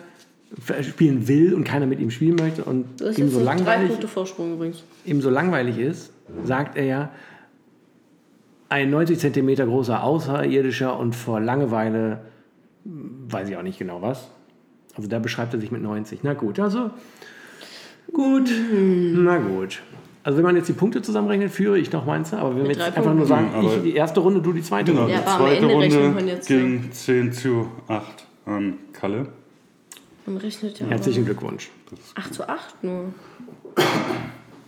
Speaker 2: f- spielen will und keiner mit ihm spielen möchte und
Speaker 3: Das ist
Speaker 2: ihm so,
Speaker 3: jetzt noch drei
Speaker 2: langweilig,
Speaker 3: Punkte Vorsprung übrigens.
Speaker 2: ihm so langweilig ist, sagt er ja, ein 90 cm großer Außerirdischer und vor Langeweile hm, weiß ich auch nicht genau was. Also da beschreibt er sich mit 90. Na gut, also gut, na gut. Also wenn man jetzt die Punkte zusammenrechnet, führe ich noch meinst du? Aber wenn wir
Speaker 3: Mit
Speaker 2: jetzt
Speaker 3: drei
Speaker 2: einfach nur sagen,
Speaker 4: Punkten. Ja,
Speaker 2: ich
Speaker 4: Mhm, aber-
Speaker 2: die erste Runde, du die zweite
Speaker 4: Genau,
Speaker 2: Runde.
Speaker 3: Ja,
Speaker 4: die
Speaker 3: aber am
Speaker 4: zweite
Speaker 3: Ende rechnen wir
Speaker 4: Runde
Speaker 3: jetzt
Speaker 4: ging 10 zu 8 an Kalle.
Speaker 3: Man rechnet ja.
Speaker 2: Herzlichen Glückwunsch.
Speaker 3: 8 zu 8 nur.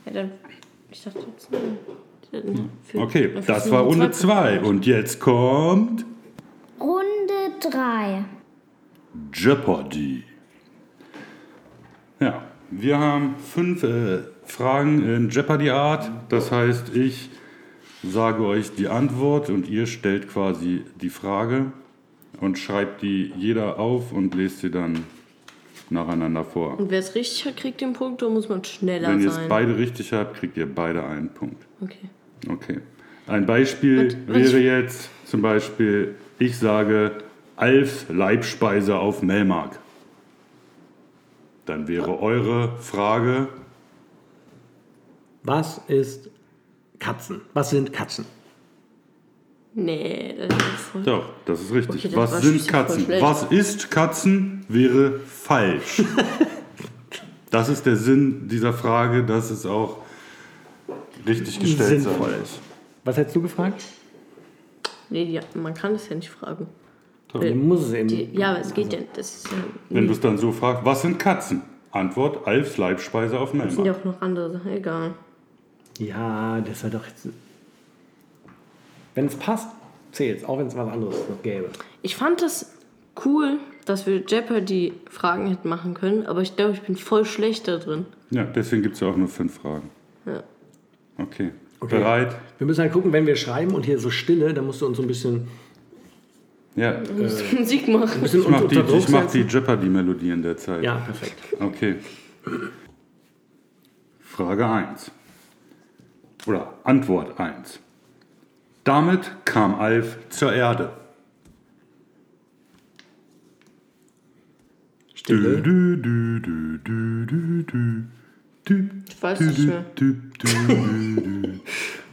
Speaker 3: Ja, dann. Ich dachte jetzt. nein.
Speaker 2: Mhm.
Speaker 3: Dann für-
Speaker 4: Okay,
Speaker 3: dann für
Speaker 4: das war Runde 2
Speaker 3: Punkte.
Speaker 4: und jetzt kommt
Speaker 5: Runde 3.
Speaker 4: Jeopardy. Ja, wir haben fünf äh, Fragen in Jeopardy-Art. Das heißt, ich sage euch die Antwort und ihr stellt quasi die Frage und schreibt die jeder auf und lest sie dann nacheinander vor.
Speaker 3: Und wer es richtig hat, kriegt den Punkt, da muss man schneller
Speaker 4: Wenn ihr es
Speaker 3: sein.
Speaker 4: beide richtig habt, kriegt ihr beide einen Punkt.
Speaker 3: okay.
Speaker 4: Okay. Ein Beispiel
Speaker 3: Und- und
Speaker 4: wäre jetzt zum Beispiel, ich sage Alfs Leibspeise auf Melmark. Dann wäre eure Frage,
Speaker 2: Was ist Katzen? Was sind Katzen?
Speaker 3: Nee, das ist voll.
Speaker 4: doch, das ist richtig.
Speaker 3: Okay, das war
Speaker 4: Was sind
Speaker 3: schon
Speaker 4: Katzen?
Speaker 3: voll schlecht.
Speaker 4: Was ist Katzen wäre
Speaker 3: [LAUGHS]
Speaker 4: falsch. das ist der Sinn dieser Frage, dass es auch richtig gestellt sein
Speaker 2: Sinnvoll.
Speaker 4: muss.
Speaker 2: Was hättest du gefragt?
Speaker 3: Nee, die, man kann es ja nicht fragen.
Speaker 2: Du musst es eben.
Speaker 3: Äh, Die, ja, aber es geht ja. Das ist ja.
Speaker 4: Wenn du es dann so fragst, was sind Katzen? Antwort, Alfs Leibspeise auf
Speaker 3: Das sind ja
Speaker 4: Melmark.
Speaker 3: auch noch andere Sachen, egal.
Speaker 2: Ja, das war doch jetzt. Wenn es passt, zählt's, auch wenn es was anderes noch gäbe.
Speaker 3: Ich fand das cool, dass wir Jeopardy-Fragen hätten machen können, aber ich glaube, ich bin voll schlecht da drin. [LAUGHS]
Speaker 4: Ja, deswegen gibt es ja auch nur fünf Fragen.
Speaker 3: Ja.
Speaker 4: Okay. Bereit?
Speaker 2: Wir müssen halt gucken, wenn wir schreiben und hier so Stille, dann musst du uns so ein bisschen,
Speaker 4: Ja.
Speaker 3: Musik machen.
Speaker 2: bisschen
Speaker 4: Ich mach
Speaker 2: uns
Speaker 4: die,
Speaker 2: unter Druck
Speaker 4: ich mach die
Speaker 2: setzen.
Speaker 4: Jeopardy-Melodie in der Zeit.
Speaker 2: Ja, perfekt.
Speaker 4: Okay. Frage 1. Oder Antwort 1. Damit kam Alf zur Erde.
Speaker 2: Stille.
Speaker 4: Du, du, du, du, du, du. Du,
Speaker 3: Ich weiß
Speaker 4: du,
Speaker 3: nicht
Speaker 4: du,
Speaker 3: mehr.
Speaker 4: du, du, du, du,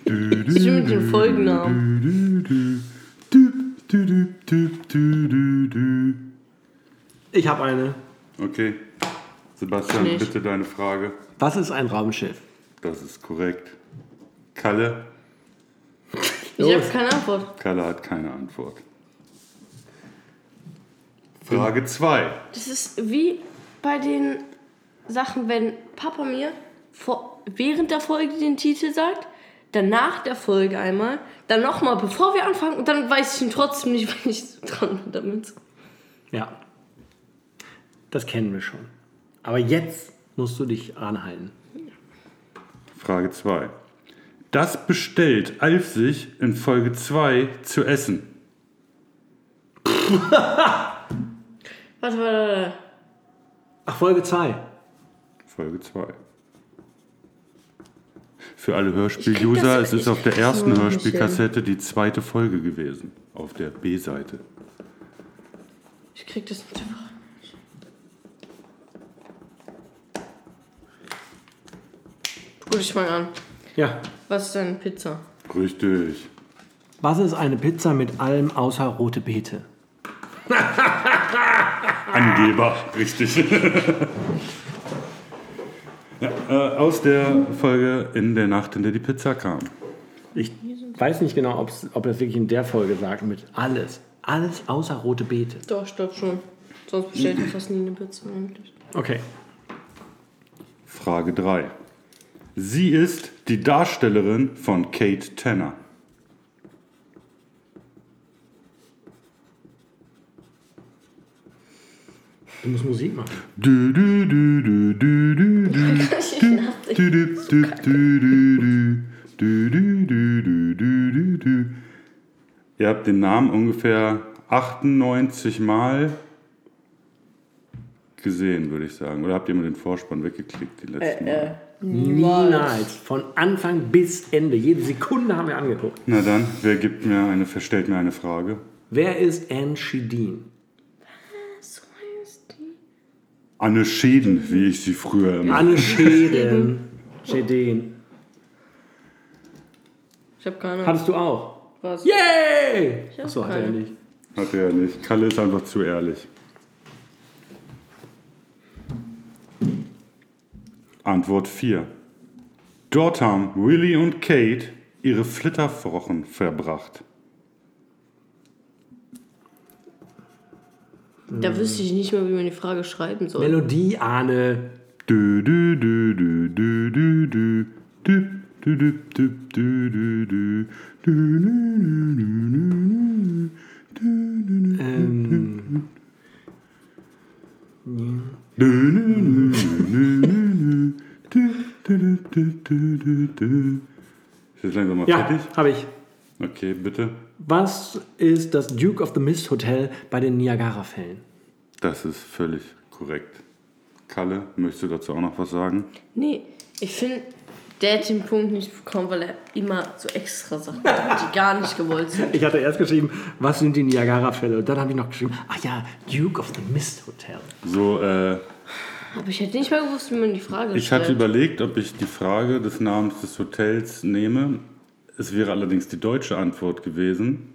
Speaker 4: du,
Speaker 3: Das ist mit den Folgennamen.
Speaker 4: du, du, du, du, du, du, du, du, du.
Speaker 2: Ich habe eine.
Speaker 4: Okay. Sebastian,
Speaker 3: Nicht.
Speaker 4: bitte deine Frage.
Speaker 2: Was ist ein Raumschiff?
Speaker 4: Das ist korrekt. Kalle?
Speaker 3: Ich habe
Speaker 2: Los.
Speaker 3: keine Antwort.
Speaker 4: Kalle hat keine Antwort. Frage 2.
Speaker 3: Das ist wie bei den Sachen, wenn Papa mir vor, während der Folge den Titel sagt, danach der Folge einmal, dann nochmal, bevor wir anfangen, und dann weiß ich ihn trotzdem nicht, [LAUGHS] wenn ich so dran bin damit.
Speaker 2: Ja. Das kennen wir schon. Aber jetzt musst du dich anhalten.
Speaker 4: Frage 2. Das bestellt Alf sich in Folge 2 zu essen.
Speaker 3: Warte, warte, warte.
Speaker 2: Ach, Folge 2.
Speaker 4: Folge 2. Für alle
Speaker 3: Ich krieg
Speaker 4: Hörspiel-User,
Speaker 3: das-
Speaker 4: es ist
Speaker 3: ich
Speaker 4: auf der
Speaker 3: krieg das
Speaker 4: ersten
Speaker 3: noch nicht
Speaker 4: Hörspielkassette die zweite Folge gewesen. Auf der B-Seite.
Speaker 3: Ich krieg das nicht einfach. Gut, ich fange an.
Speaker 2: Ja.
Speaker 3: Was ist denn Pizza?
Speaker 4: Richtig.
Speaker 2: Was ist eine Pizza mit allem außer rote Beete?
Speaker 4: Angeber, richtig. [LAUGHS] ja, äh, aus der Folge In der Nacht, in der die Pizza kam.
Speaker 2: Ich weiß nicht genau, ob's, ob das wirklich in der Folge sagt mit alles. Alles außer rote Beete.
Speaker 3: Doch, ich glaub schon. Sonst bestellt er fast nie eine Pizza eigentlich.
Speaker 2: Okay.
Speaker 4: Frage 3. Sie ist die Darstellerin von Kate Tanner.
Speaker 2: Du musst Musik machen.
Speaker 4: Du, du, du, du, du, du, du, du, du, du, du, du, du, du, du, du, du, du, du. Ihr habt den Namen ungefähr 98 Mal gesehen, würde ich sagen. Oder habt ihr mal den Vorspann weggeklickt, die letzten Mal?
Speaker 2: Niemals. Von Anfang bis Ende. Jede Sekunde haben wir angeguckt.
Speaker 4: Na dann, wer gibt mir eine, verstellt mir eine Frage?
Speaker 2: Wer ist Anne Shedin?
Speaker 3: So heißt die.
Speaker 4: Anne Schäden, wie ich sie früher
Speaker 2: [LAUGHS]
Speaker 4: immer.
Speaker 2: Anne Schäden. Schäden.
Speaker 3: Ich hab keine Ahnung.
Speaker 2: Hattest du auch?
Speaker 3: Was?
Speaker 2: Yay!
Speaker 3: hab
Speaker 2: Achso, hat er ja
Speaker 3: keine.
Speaker 2: nicht.
Speaker 4: Hat er ja nicht. Kalle ist einfach zu ehrlich. Antwort 4. Dort haben Willy und Kate ihre Flitterwochen verbracht.
Speaker 3: Da wüsste ich nicht mehr, wie man die Frage schreiben soll.
Speaker 2: Melodie, Ahne.
Speaker 4: Du, du, du, du, du, du, du. Du, du, du, du, du, du, du. Du, du, du, du, du, du. Du, du, du, du, du, du, du, du. Du, du, du, du, du, du. Ist jetzt langsam mal
Speaker 2: Ja,
Speaker 4: fertig?
Speaker 2: habe ich.
Speaker 4: Okay, bitte.
Speaker 2: Was ist das Duke of the Mist Hotel bei den Niagara-Fällen?
Speaker 4: Das ist völlig korrekt. Kalle, möchtest du dazu auch noch was sagen?
Speaker 3: Nee, ich finde, der hat den Punkt nicht bekommen, weil er immer so extra Sachen hat, die gar nicht
Speaker 2: [LAUGHS]
Speaker 3: gewollt sind.
Speaker 2: Ich hatte erst geschrieben, was sind die Niagara-Fälle? Und dann habe ich noch geschrieben, ach ja, Duke of the Mist Hotel.
Speaker 4: So, äh,
Speaker 3: Aber ich hätte nicht mal gewusst, wie man die Frage
Speaker 4: Ich
Speaker 3: stellt.
Speaker 4: hatte überlegt, ob ich die Frage des Namens des Hotels nehme. Es wäre allerdings die deutsche Antwort gewesen.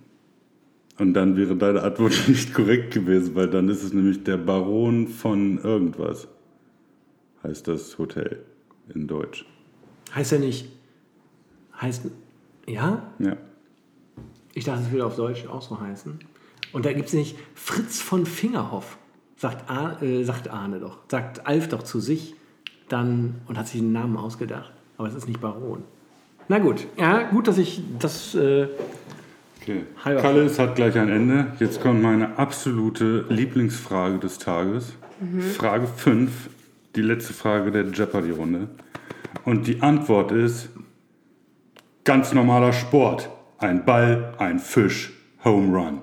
Speaker 4: Und dann wäre deine Antwort [LAUGHS] nicht korrekt gewesen, weil dann ist es nämlich der Baron von irgendwas. Heißt das Hotel in Deutsch.
Speaker 2: Heißt ja nicht. Heißt. Ja?
Speaker 4: Ja.
Speaker 2: Ich dachte, es würde auf Deutsch auch so heißen. Und da gibt es nicht Fritz von Fingerhoff, sagt, ah, äh, sagt Arne doch, sagt Alf doch zu sich dann und hat sich den Namen ausgedacht. Aber es ist nicht Baron. Na gut, ja, gut, dass ich das äh,
Speaker 4: Okay.
Speaker 2: Halber
Speaker 4: Kalle, es hat gleich ein Ende. Jetzt kommt meine absolute Lieblingsfrage des Tages. Frage 5, die letzte Frage der Jeopardy-Runde. Und die Antwort ist ganz normaler Sport. Ein Ball, ein Fisch, Home Run.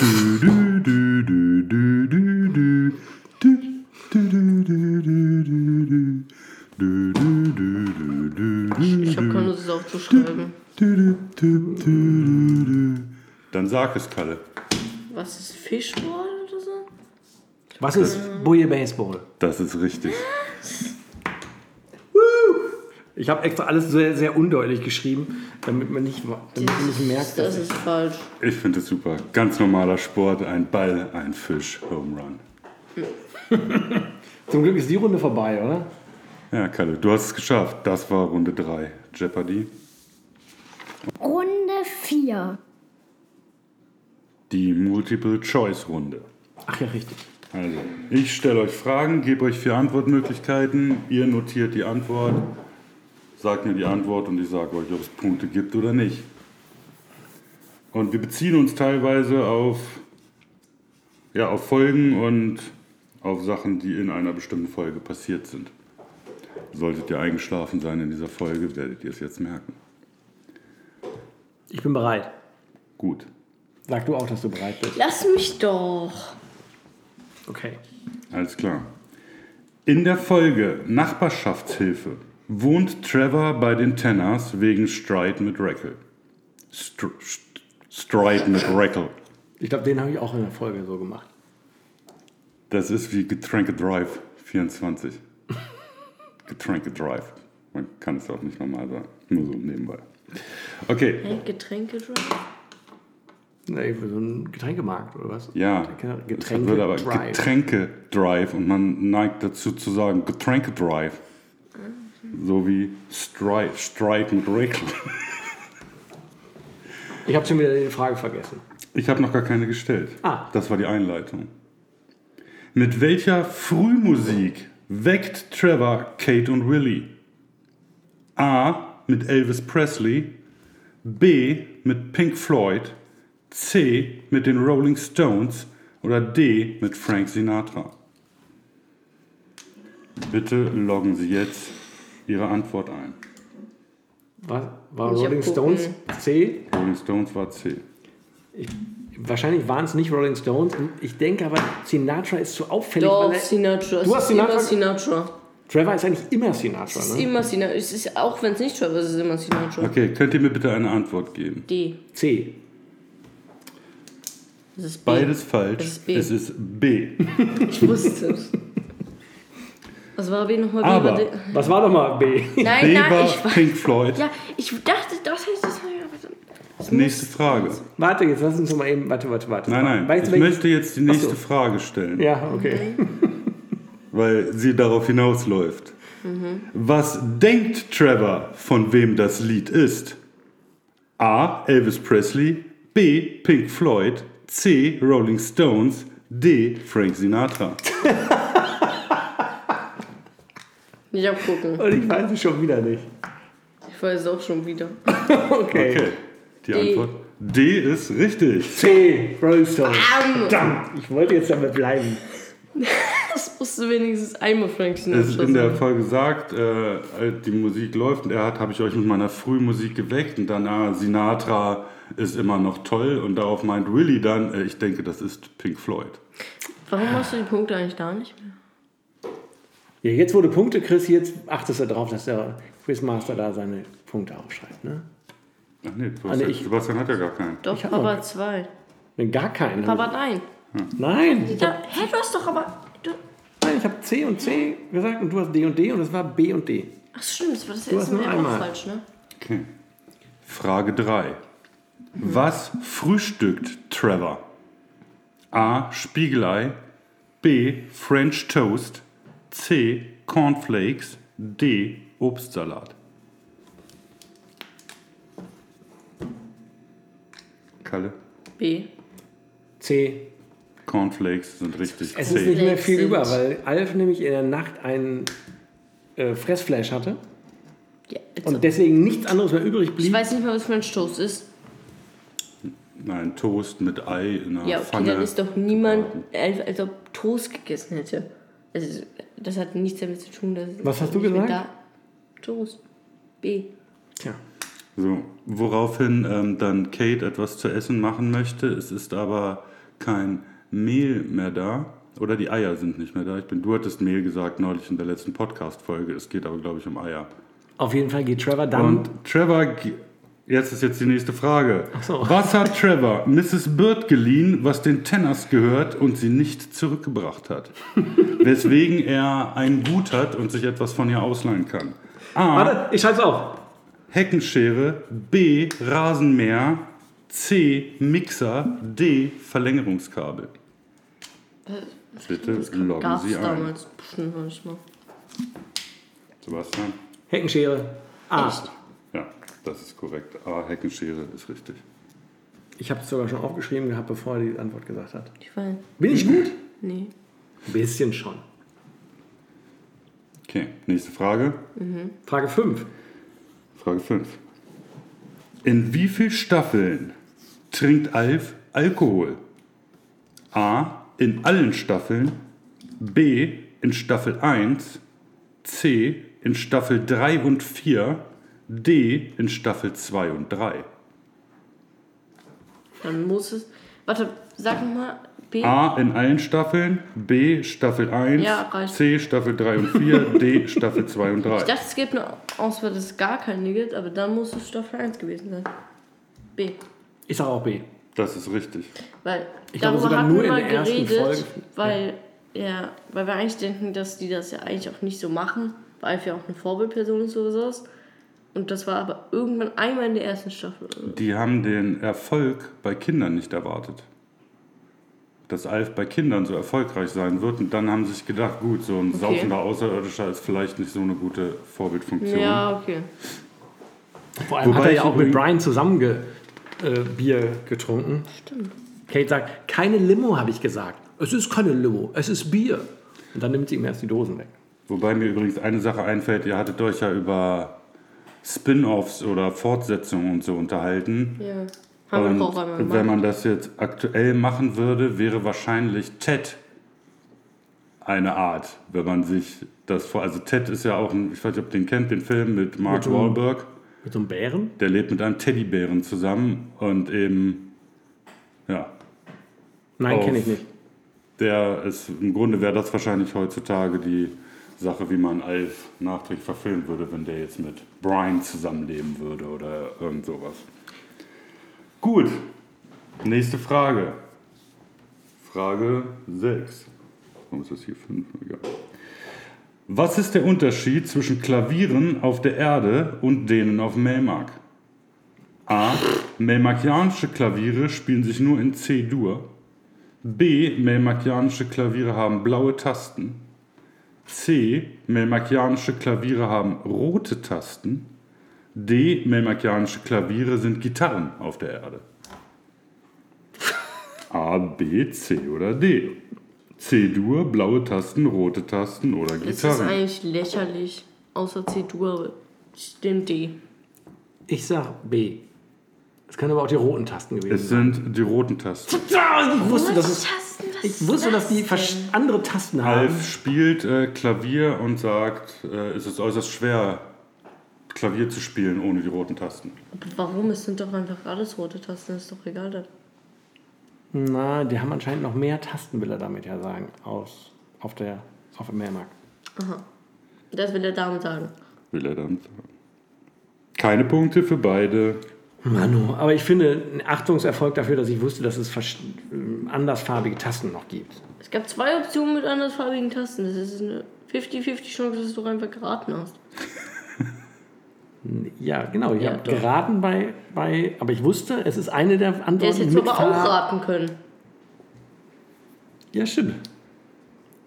Speaker 4: Du, du, du, du, du, du, du. Du, du, du, du, du, du. Du, du, du, du, du, du.
Speaker 3: Ich habe keine Lust, es aufzuschreiben.
Speaker 4: Dann sag es, Kalle.
Speaker 3: Was ist Fischball oder so?
Speaker 2: Was ist Boje Baseball?
Speaker 4: Das ist richtig.
Speaker 2: Ich habe extra alles sehr, sehr undeutlich geschrieben, damit man nicht, damit man nicht merkt,
Speaker 3: Das
Speaker 2: dass
Speaker 3: ist falsch.
Speaker 4: Ich finde es super. Ganz normaler Sport, ein Ball, ein Fisch, Home Run.
Speaker 2: Zum Glück ist die Runde vorbei, oder?
Speaker 4: Ja, Kalle, du hast es geschafft. Das war Runde 3 Jeopardy.
Speaker 5: Runde 4.
Speaker 4: Die Multiple-Choice-Runde.
Speaker 2: Ach ja, richtig.
Speaker 4: Also, ich stelle euch Fragen, gebe euch vier Antwortmöglichkeiten. Ihr notiert die Antwort, sagt mir die Antwort und ich sage euch, ob es Punkte gibt oder nicht. Und wir beziehen uns teilweise auf, ja, auf Folgen und auf Sachen, die in einer bestimmten Folge passiert sind. Solltet ihr eingeschlafen sein in dieser Folge, werdet ihr es jetzt merken.
Speaker 2: Ich bin bereit.
Speaker 4: Gut.
Speaker 2: Sag du auch, dass du bereit bist.
Speaker 3: Lass mich doch.
Speaker 2: Okay.
Speaker 4: Alles klar. In der Folge Nachbarschaftshilfe wohnt Trevor bei den Tenners wegen Streit mit Rackel. Str St Streit mit Rackel.
Speaker 2: Ich glaube, den habe ich auch in der Folge so gemacht.
Speaker 4: Das ist wie Getränke Drive 24. [LAUGHS] Getränke Drive. Man kann es auch nicht normal sagen. Nur so nebenbei. Okay,
Speaker 3: Hey, Hm? Getränke drin?
Speaker 2: Nee, für so einen Getränkemarkt oder was?
Speaker 4: ja.
Speaker 2: Genau, Getränke
Speaker 4: es wird aber
Speaker 2: Drive.
Speaker 4: Getränke Drive und man neigt dazu zu sagen Getränke Drive. So wie Streit, Streit mit Rackel.
Speaker 2: Ich habe schon wieder die Frage vergessen.
Speaker 4: Ich habe noch gar keine gestellt.
Speaker 2: Ah.
Speaker 4: Das war die Einleitung. Mit welcher Frühmusik weckt Trevor Kate und Willie? A. Mit Elvis Presley. B. Mit Pink Floyd. C. Mit den Rolling Stones. Oder D. Mit Frank Sinatra. Bitte loggen Sie jetzt Ihre Antwort ein.
Speaker 2: Was, war
Speaker 3: Muss ich
Speaker 2: Rolling
Speaker 3: abgucken.
Speaker 2: Stones C?
Speaker 4: Rolling Stones war C.
Speaker 2: Ich, wahrscheinlich waren es nicht Rolling Stones. Und Ich denke aber, Sinatra ist zu auffällig.
Speaker 3: Doch,
Speaker 2: weil er,
Speaker 3: Sinatra.
Speaker 2: Du
Speaker 3: Es
Speaker 2: hast
Speaker 3: ist
Speaker 2: Sinatra-
Speaker 3: Immer Sinatra.
Speaker 2: Trevor ist eigentlich immer Sinatra,
Speaker 3: Es ist
Speaker 2: ne?
Speaker 3: immer Sinatra. Es ist, auch wenn es nicht Trevor ist, es ist immer Sinatra.
Speaker 4: Okay, könnt ihr mir bitte eine Antwort geben?
Speaker 3: D.
Speaker 2: C.
Speaker 3: Es ist B.
Speaker 4: Beides falsch.
Speaker 3: Es ist B. Äh,
Speaker 4: Es ist B.
Speaker 3: Ich wusste es. Was war B nochmal? B
Speaker 4: Aber-
Speaker 3: war D.
Speaker 2: Was war doch mal B? [LAUGHS]
Speaker 3: Nein,
Speaker 4: B
Speaker 3: nein,
Speaker 4: war
Speaker 3: ich war.
Speaker 4: Pink Floyd.
Speaker 3: Ja, ich dachte, das heißt das. das
Speaker 4: Nächste Frage.
Speaker 2: warte, jetzt lass uns doch mal eben. Warte, warte, warte.
Speaker 4: Nein, nein.
Speaker 2: Weißt du,
Speaker 4: ich
Speaker 2: welches-
Speaker 4: möchte jetzt die
Speaker 2: Ach
Speaker 4: nächste
Speaker 2: so.
Speaker 4: Frage stellen,
Speaker 2: Ja, okay.
Speaker 4: weil sie darauf hinausläuft.
Speaker 3: Mhm.
Speaker 4: Was denkt Trevor, von wem das Lied ist? A. Elvis Presley. B. Pink Floyd. C. Rolling Stones. D. Frank Sinatra.
Speaker 3: Nicht abgucken.
Speaker 2: Und ich weiß es schon wieder nicht.
Speaker 3: Ich weiß es auch schon wieder. [LAUGHS]
Speaker 2: Okay.
Speaker 4: Okay. Die
Speaker 3: D.
Speaker 4: Antwort D ist richtig.
Speaker 2: C. Rolling Stones.
Speaker 3: Ähm,
Speaker 2: Verdammt, ich wollte jetzt damit bleiben.
Speaker 3: das musste wenigstens einmal Frank
Speaker 4: Es ist
Speaker 3: Sinatra
Speaker 4: in der
Speaker 3: sein.
Speaker 4: Folge gesagt, äh, als die Musik läuft und er hat, habe ich euch mit meiner Frühmusik geweckt und dann, ah, Sinatra ist immer noch toll und darauf meint Willy dann, äh, ich denke, das ist Pink Floyd.
Speaker 3: Warum machst du die Punkte eigentlich da nicht mehr?
Speaker 2: Ja, jetzt wurde Punkte, Chris. Jetzt achtest du darauf, dass der Quizmaster da seine Punkte aufschreibt. Ne?
Speaker 4: Ach nee, du hast
Speaker 2: Ah, nee,
Speaker 4: ja,
Speaker 2: ich-
Speaker 4: Sebastian hat ja gar keinen.
Speaker 3: Doch,
Speaker 2: hab
Speaker 3: Papa 2.
Speaker 2: Wenn gar keinen.
Speaker 3: Papa 1.
Speaker 2: Nein.
Speaker 3: Ja, hä, du hast doch aber. Du,
Speaker 2: Nein, ich habe C und C gesagt und du hast D und D und das war B und D.
Speaker 3: ach, stimmt, das war das
Speaker 2: hast
Speaker 3: erste
Speaker 2: nur
Speaker 3: Mal
Speaker 2: einmal.
Speaker 3: auch falsch, ne?
Speaker 4: Okay. Frage 3. Was frühstückt Trevor? A. Spiegelei. B. French Toast. C. Cornflakes. D. Obstsalat. Kalle,
Speaker 3: B.
Speaker 2: C.
Speaker 4: Cornflakes sind richtig.
Speaker 2: Es ist
Speaker 4: C.
Speaker 2: nicht mehr viel
Speaker 3: Sind-
Speaker 2: über, weil Alf nämlich in der Nacht einen äh, Fressflash hatte.
Speaker 3: Ja, also
Speaker 2: Und deswegen nichts anderes mehr übrig
Speaker 3: Ich
Speaker 2: blieb.
Speaker 3: weiß nicht mehr, was French Toast ist.
Speaker 4: Nein, Toast mit Ei in einer
Speaker 3: Ja, okay,
Speaker 4: Pfanne.
Speaker 3: dann ist doch niemand, als, als ob Toast gegessen hätte. Das, ist, das hat nichts damit zu tun, dass.
Speaker 2: Was hast du
Speaker 3: ich bin
Speaker 2: gesagt?
Speaker 3: Da. Toast. B.
Speaker 2: Tja.
Speaker 4: So, woraufhin ähm, dann Kate etwas zu essen machen möchte. Es ist aber kein Mehl mehr da. Oder die Eier sind nicht mehr da. Ich bin, du hattest Mehl gesagt neulich in der letzten Podcast-Folge. Es geht aber, glaube ich, um Eier.
Speaker 2: Auf jeden Fall geht Trevor dann.
Speaker 4: Und Trevor, ge- jetzt ist jetzt die nächste Frage.
Speaker 2: so.
Speaker 4: Was hat Trevor Mrs. Bird geliehen, was den Tenners gehört und sie nicht zurückgebracht hat? Weswegen er einen Gut hat und sich etwas von ihr ausleihen kann. A.
Speaker 2: Warte, ich schreib's auf.
Speaker 4: Heckenschere, B. Rasenmäher, C. Mixer, D. Verlängerungskabel. Bitte loggen
Speaker 3: Gab's
Speaker 4: Sie ein.
Speaker 3: damals bestimmt noch nicht mal.
Speaker 4: Sebastian?
Speaker 2: Heckenschere. A.
Speaker 3: Echt?
Speaker 4: Ja, das ist korrekt. A. Heckenschere ist richtig.
Speaker 2: Ich habe es sogar schon aufgeschrieben gehabt, bevor er die Antwort gesagt hat.
Speaker 3: Ich weiß.
Speaker 2: Bin ich gut?
Speaker 3: Nee.
Speaker 2: Ein bisschen schon.
Speaker 4: Okay, nächste Frage.
Speaker 2: Frage 5.
Speaker 4: Frage 5. In wie vielen Staffeln trinkt Alf Alkohol? A. In allen Staffeln. B. In Staffel 1. C. In Staffel 3 und 4. D. In Staffel 2 und 3.
Speaker 3: Dann muss es. Warte, sag nochmal. B.
Speaker 2: Ah.
Speaker 4: A. In allen Staffeln. B. Staffel 1.
Speaker 3: Ja, reicht.
Speaker 4: C. Staffel 3 und 4. D. Staffel 2 und 3.
Speaker 3: Ich dachte, es gibt eine Auswahl, dass es gar keine gibt, aber dann muss es Staffel 1 gewesen sein. B.
Speaker 2: Ich sage auch B.
Speaker 4: Das ist richtig.
Speaker 3: Weil
Speaker 2: Ich glaube,
Speaker 3: darüber
Speaker 2: sogar
Speaker 3: hatten
Speaker 2: nur
Speaker 3: wir
Speaker 2: in
Speaker 3: mal
Speaker 2: der ersten
Speaker 3: geredet,
Speaker 2: Folge.
Speaker 3: weil, ja. weil wir eigentlich denken, dass die das ja eigentlich auch nicht so machen, weil wir auch eine Vorbildperson ist oder sowas. Und das war aber irgendwann einmal in der ersten Staffel.
Speaker 4: Die haben den Erfolg bei Kindern nicht erwartet. Dass Alf bei Kindern so erfolgreich sein wird. Und dann haben sie sich gedacht, gut, so ein saufender Außerirdischer ist vielleicht nicht so eine gute Vorbildfunktion.
Speaker 3: Ja, okay.
Speaker 2: Vor allem
Speaker 4: Wobei
Speaker 2: hat er
Speaker 4: ich
Speaker 2: ja auch mit
Speaker 4: übrigens-
Speaker 2: Brian zusammen ge, äh, Bier getrunken. Stimmt. Kate sagt, keine Limo, habe ich gesagt. Es ist keine Limo, es ist Bier. Und dann nimmt sie ihm erst die Dosen weg.
Speaker 4: Wobei mir übrigens eine Sache einfällt, ihr hattet euch ja über Spin-offs oder Fortsetzungen und so unterhalten.
Speaker 3: Ja. Haben wir
Speaker 4: und
Speaker 3: doch auch einmal gemacht.
Speaker 4: wenn man das jetzt aktuell machen würde, wäre wahrscheinlich Ted eine Art, wenn man sich das vor. Also Ted ist ja auch ein, ich weiß nicht, ob ihr den kennt, den Film mit Mark
Speaker 2: Mit dem-
Speaker 4: Wahlberg.
Speaker 2: Mit so einem Bären?
Speaker 4: Der lebt mit einem Teddybären zusammen und eben, ja,
Speaker 2: Nein,
Speaker 4: Auf.
Speaker 2: kenne ich nicht.
Speaker 4: der ist, im Grunde wäre das wahrscheinlich heutzutage die Sache, wie man Alf nachträglich verfilmen würde, wenn der jetzt mit Brian zusammenleben würde oder irgend sowas. Gut, nächste Frage. Frage 6. Warum ist das hier 5? Egal. Was ist der Unterschied zwischen Klavieren auf der Erde und denen auf Melmark? A. Melmarkianische Klaviere spielen sich nur in C-Dur. B. Melmarkianische Klaviere haben blaue Tasten. C. Melmarkianische Klaviere haben rote Tasten. D. Melmarkianische Klaviere sind Gitarren auf der Erde. A, B, C oder D. C-Dur, blaue Tasten, rote Tasten oder
Speaker 3: Es ist
Speaker 4: Gitarren.
Speaker 3: eigentlich lächerlich, außer C-Dur, aber stimmt D.
Speaker 2: Ich sag B. Es können aber auch die roten Tasten gewesen
Speaker 4: Es
Speaker 2: sein.
Speaker 4: sind die roten Tasten.
Speaker 2: Ah, ich wusste, dass, es,
Speaker 5: Tasten, was
Speaker 2: ich wusste, dass die versch- andere Tasten haben.
Speaker 4: Alf spielt äh, Klavier und sagt, äh, es ist äußerst schwer, Klavier zu spielen ohne die roten Tasten.
Speaker 3: Aber warum? Es sind doch einfach alles rote Tasten, ist doch egal. Dann.
Speaker 2: Na, die haben anscheinend noch mehr Tasten, will er damit ja sagen, aus, auf, der, auf dem Mehrmarkt.
Speaker 3: Das will er damit sagen.
Speaker 4: Will er dann sagen. Keine Punkte für beide.
Speaker 2: Manu, Mhm. aber ich finde einen Achtungserfolg dafür, dass ich wusste, dass es versch- ähm, andersfarbige Tasten noch gibt.
Speaker 3: Es gab zwei Optionen mit andersfarbigen Tasten. Das ist eine 50-50 Chance, dass du einfach geraten hast.
Speaker 2: Ja, genau. Ich
Speaker 3: Ja,
Speaker 2: habe
Speaker 3: doch.
Speaker 2: geraten bei, bei, aber ich wusste, es ist eine der Antworten.
Speaker 3: Der ist jetzt
Speaker 2: mit
Speaker 3: aber
Speaker 2: Farbe.
Speaker 3: auch raten können.
Speaker 2: Ja, stimmt.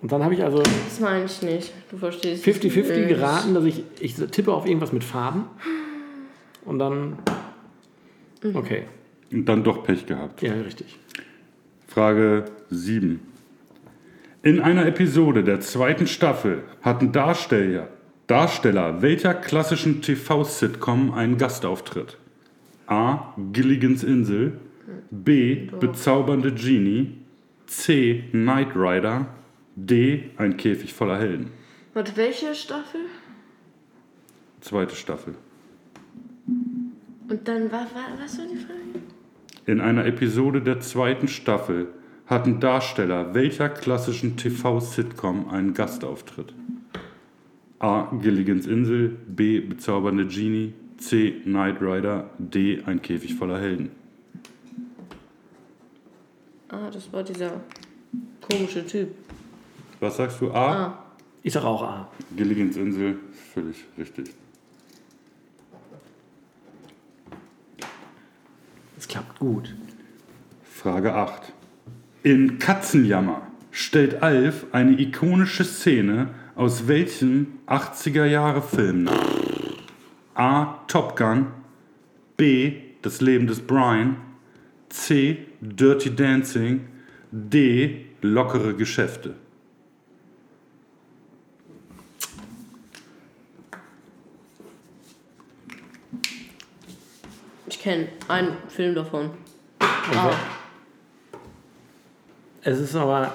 Speaker 2: Und dann habe ich also
Speaker 3: Das meine ich nicht. Du verstehst.
Speaker 2: 50-50
Speaker 3: Äh,
Speaker 2: geraten, dass ich, ich tippe auf irgendwas mit Farben. Und dann.
Speaker 3: Mhm.
Speaker 2: Okay.
Speaker 4: Und dann doch Pech gehabt.
Speaker 2: Ja, richtig.
Speaker 4: Frage 7. In einer Episode der zweiten Staffel hatten Darsteller, Darsteller welcher klassischen TV-Sitcom einen Gastauftritt? A. Gilligans Insel. B. Bezaubernde Genie. C. Knight Rider. D. Ein Käfig voller Helden.
Speaker 3: Warte, welche Staffel?
Speaker 4: Zweite Staffel.
Speaker 3: Und dann, war, war, was war die Frage?
Speaker 4: In einer Episode der zweiten Staffel hatten Darsteller welcher klassischen TV-Sitcom einen Gastauftritt? A. Gilligans Insel, B. Bezaubernde Genie, C. Knight Rider, D. Ein Käfig voller Helden.
Speaker 3: Ah, das war dieser komische Typ.
Speaker 4: Was sagst du? A.
Speaker 3: Ah.
Speaker 2: Ich sag auch A.
Speaker 4: Gilligans Insel, völlig richtig.
Speaker 2: Es klappt gut.
Speaker 4: Frage 8. In Katzenjammer stellt Alf eine ikonische Szene aus welchem 80er-Jahre-Film nach? A. Top Gun. B. Das Leben des Brian. C. Dirty Dancing. D. Lockere Geschäfte.
Speaker 3: Ich kenne einen Film davon. Ah.
Speaker 2: Es ist aber,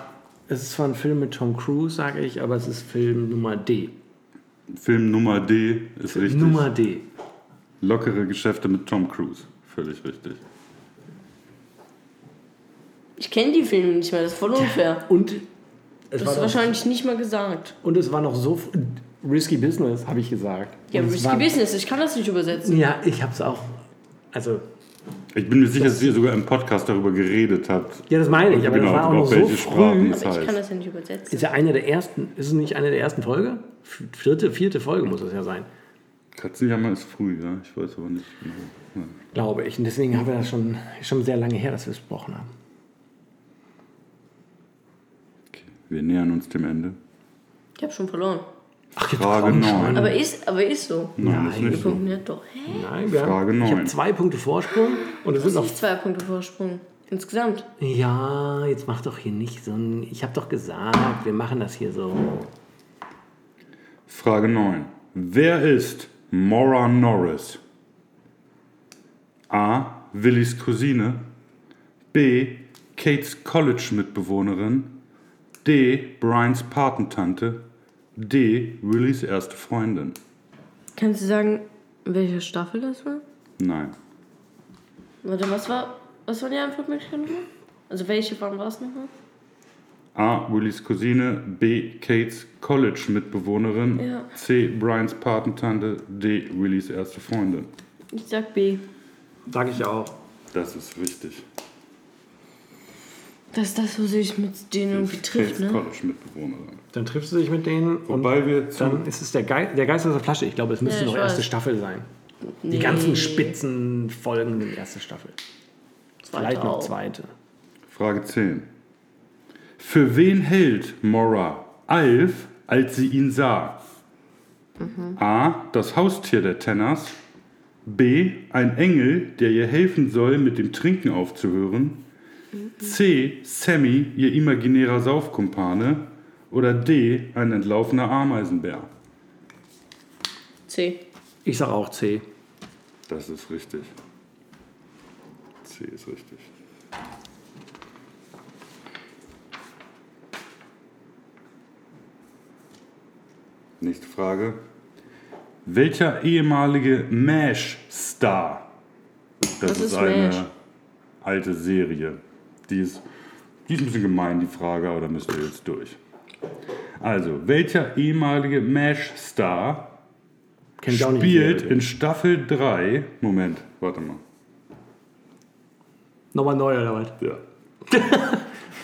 Speaker 2: es ist zwar ein Film mit Tom Cruise, sage ich, aber es ist Film Nummer D.
Speaker 4: Film Nummer D ist richtig.
Speaker 2: Nummer D.
Speaker 4: Lockere Geschäfte mit Tom Cruise. Völlig richtig.
Speaker 3: Ich kenne die Filme nicht mehr, das ist voll unfair.
Speaker 2: Und es,
Speaker 3: Das ist
Speaker 2: war noch,
Speaker 3: wahrscheinlich nicht mal gesagt.
Speaker 2: und es war noch so f- risky business, habe ich gesagt.
Speaker 3: Ja,
Speaker 2: Und es
Speaker 3: Risky
Speaker 2: war-
Speaker 3: Business, ich kann das nicht übersetzen.
Speaker 2: Ja, ich habe es auch. Also,
Speaker 4: Ich bin mir sicher, dass ihr sogar im Podcast darüber geredet habt.
Speaker 2: ja, das meine ich, aber
Speaker 4: Genau,
Speaker 2: das war auch
Speaker 4: und
Speaker 2: noch
Speaker 4: auf
Speaker 2: so
Speaker 4: welche Sprachen
Speaker 2: früh.
Speaker 4: es
Speaker 3: Ich kann
Speaker 4: heißt.
Speaker 3: das ja nicht übersetzen.
Speaker 2: Ist ja eine der ersten, ist es nicht eine der ersten Folge? F- Vierte, vierte Folge muss es ja sein,
Speaker 4: Katzenjammer ist früh, ja. Ich weiß aber nicht. genau.
Speaker 2: glaube ich. Und deswegen haben wir das schon, schon sehr lange her, dass wir es besprochen haben.
Speaker 4: Okay. Wir nähern uns dem Ende.
Speaker 3: Ich habe schon verloren.
Speaker 2: Ach, jetzt
Speaker 4: Frage
Speaker 2: komm
Speaker 4: neun.
Speaker 2: schon.
Speaker 3: Aber ist, aber ist so.
Speaker 4: Nein, das ist
Speaker 2: Nein.
Speaker 4: nicht so.
Speaker 3: Punkten ja doch. Hä?
Speaker 2: Nein, wir
Speaker 4: Frage
Speaker 2: haben, ich habe
Speaker 4: neun.
Speaker 2: zwei Punkte Vorsprung und es sind
Speaker 3: Das
Speaker 2: noch
Speaker 3: ist zwei Punkte Vorsprung. Insgesamt.
Speaker 2: Ja, jetzt mach doch hier nicht so ein. Ich hab doch gesagt, wir machen das hier so.
Speaker 4: Frage 9. Wer ist Maura Norris? A. Willis Cousine. B. Kates College-Mitbewohnerin. D. Brians Patentante. D. Willis erste Freundin.
Speaker 3: Kannst du sagen, welche Staffel das war?
Speaker 4: Nein.
Speaker 3: Warte, was war, was war die Antwortmöglichkeit nochmal? Also welche waren war es nochmal?
Speaker 4: A. Willis Cousine. B. Kates College-Mitbewohnerin.
Speaker 3: Ja.
Speaker 4: C. Brians Patentante. D. Willis erste Freundin.
Speaker 3: Ich sag B.
Speaker 2: Sag ich auch.
Speaker 4: Das ist richtig.
Speaker 3: Das ist das, wo sie sich mit denen irgendwie trifft,
Speaker 4: Kates
Speaker 3: ne?
Speaker 4: College-Mitbewohnerin.
Speaker 2: Dann triffst du dich mit denen und
Speaker 4: Wobei wir zu
Speaker 2: dann ist es der, Gei- der Geist aus der Flasche. Ich glaube, es müsste
Speaker 3: Hm. Ja, ich
Speaker 2: noch erste
Speaker 3: weiß.
Speaker 2: Staffel sein.
Speaker 3: Nee.
Speaker 2: Die ganzen spitzen Folgen sind erste Staffel.
Speaker 3: Zweite
Speaker 2: Vielleicht noch
Speaker 3: auch.
Speaker 2: zweite.
Speaker 4: Frage 10. Für wen hält Mora Alf, als sie ihn sah? A. Das Haustier der Tenners. B. Ein Engel, der ihr helfen soll, mit dem Trinken aufzuhören. C. Sammy, ihr imaginärer Saufkumpane. Oder D. Ein entlaufener Ameisenbär.
Speaker 3: C.
Speaker 2: Ich sag auch C.
Speaker 4: Das ist richtig. C ist richtig. Nächste Frage. Welcher ehemalige MASH-Star? Das
Speaker 3: Was
Speaker 4: ist,
Speaker 3: ist
Speaker 4: eine
Speaker 3: MASH?
Speaker 4: alte Serie. Die ist, die ist ein bisschen gemein, die Frage, aber da müsst ihr jetzt durch. Also, welcher ehemalige MASH-Star
Speaker 2: Kennt ihr auch nicht die
Speaker 4: spielt
Speaker 2: Serie.
Speaker 4: in Staffel 3. Moment, warte mal.
Speaker 2: Nochmal neu oder was?
Speaker 4: Ja.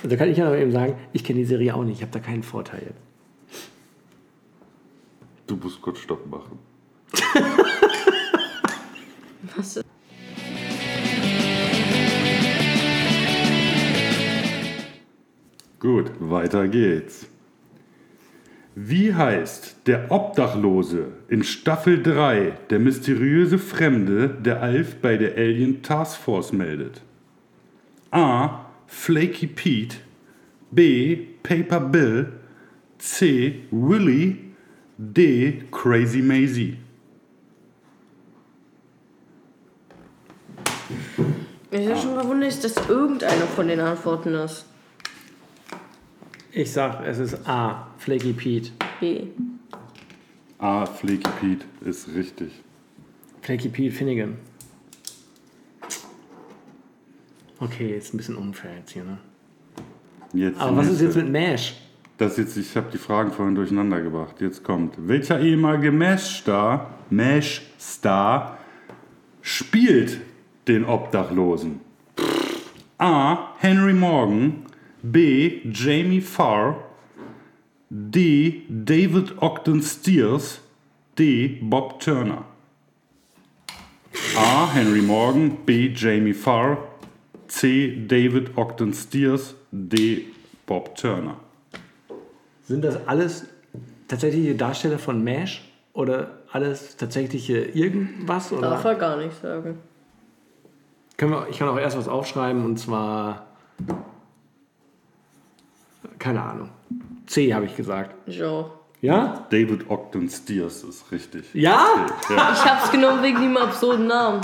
Speaker 2: Also kann ich ja noch eben sagen, ich kenne die Serie auch nicht. Ich habe da keinen Vorteil jetzt.
Speaker 4: Du musst kurz Stopp machen.
Speaker 3: Was ist?
Speaker 4: Gut, weiter geht's. Wie heißt der Obdachlose in Staffel 3 der mysteriöse Fremde, der Alf bei der Alien Task Force meldet? A. Flaky Pete. B. Paper Bill. C. Willy. D. Crazy Maisie.
Speaker 3: Mir ist ja schon verwundert, dass irgendeine von den Antworten ist.
Speaker 2: Ich sag, es ist A, Flaky Pete.
Speaker 3: B.
Speaker 4: A. Ah, Flaky Pete ist richtig.
Speaker 2: Flaky Pete Finnegan. Okay, ist ein bisschen unfair jetzt hier, ne?
Speaker 4: Jetzt die
Speaker 2: Aber was ist
Speaker 4: nächste.
Speaker 2: jetzt mit MASH?
Speaker 4: Das jetzt, ich habe die Fragen vorhin durcheinander gebracht. Jetzt kommt. Welcher ehemalige Mesh-Star Mesh -Star spielt den Obdachlosen? A. Henry Morgan. B. Jamie Farr. D. David Ogden Stiers. D. Bob Turner. A. Henry Morgan. B. Jamie Farr. C. David Ogden Stiers. D. Bob Turner.
Speaker 2: Sind das alles tatsächliche Darsteller von MASH? Oder alles tatsächliche irgendwas?
Speaker 3: Darf
Speaker 2: Oder?
Speaker 3: er gar nicht sagen.
Speaker 2: Können wir, ich kann auch erst was aufschreiben und zwar. Keine Ahnung. C habe ich gesagt.
Speaker 3: Jo.
Speaker 2: Ja?
Speaker 4: David Ogden Stiers ist richtig.
Speaker 2: Ja?
Speaker 3: Ich hab's genommen wegen dem absurden Namen.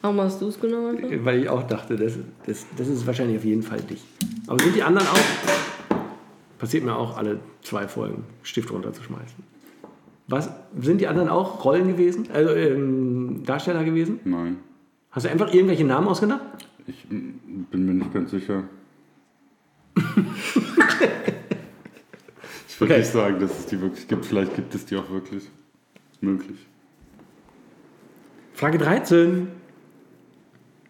Speaker 3: Warum hast du es genommen? Alter?
Speaker 2: Weil ich auch dachte, das, das, das ist wahrscheinlich auf jeden Fall dich. Aber sind die anderen auch? Passiert mir auch alle zwei Folgen, Stift runterzuschmeißen. Was, sind die anderen auch Rollen gewesen? Also ähm, Darsteller gewesen?
Speaker 4: Nein,
Speaker 2: Hast du einfach irgendwelche Namen ausgedacht?
Speaker 4: ich mm, bin mir nicht ganz sicher. ich würde
Speaker 2: Okay.
Speaker 4: nicht sagen, dass es die wirklich gibt. Vielleicht gibt es die auch wirklich. Möglich.
Speaker 2: Frage 13.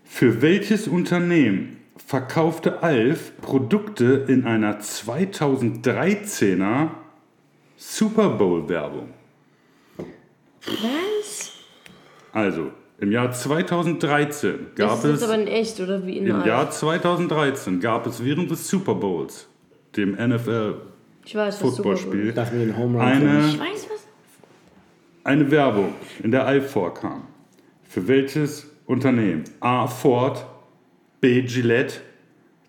Speaker 4: Für welches Unternehmen verkaufte Alf Produkte in einer 2013er Super Bowl-Werbung?
Speaker 3: Was?
Speaker 4: Also, im Jahr 2013 gab
Speaker 3: Das ist
Speaker 4: es.
Speaker 3: jetzt aber in echt, oder wie in
Speaker 4: Im
Speaker 3: echt?
Speaker 4: Jahr 2013 gab es während des Super Bowls, dem
Speaker 3: Ich weiß, was
Speaker 4: NFL-Footballspiel,
Speaker 2: Darf mir den Home Run
Speaker 3: Ich
Speaker 4: eine,
Speaker 3: weiß was.
Speaker 4: eine Werbung, in der Alf vorkam. Für welches Unternehmen? A. Ford, B. Gillette,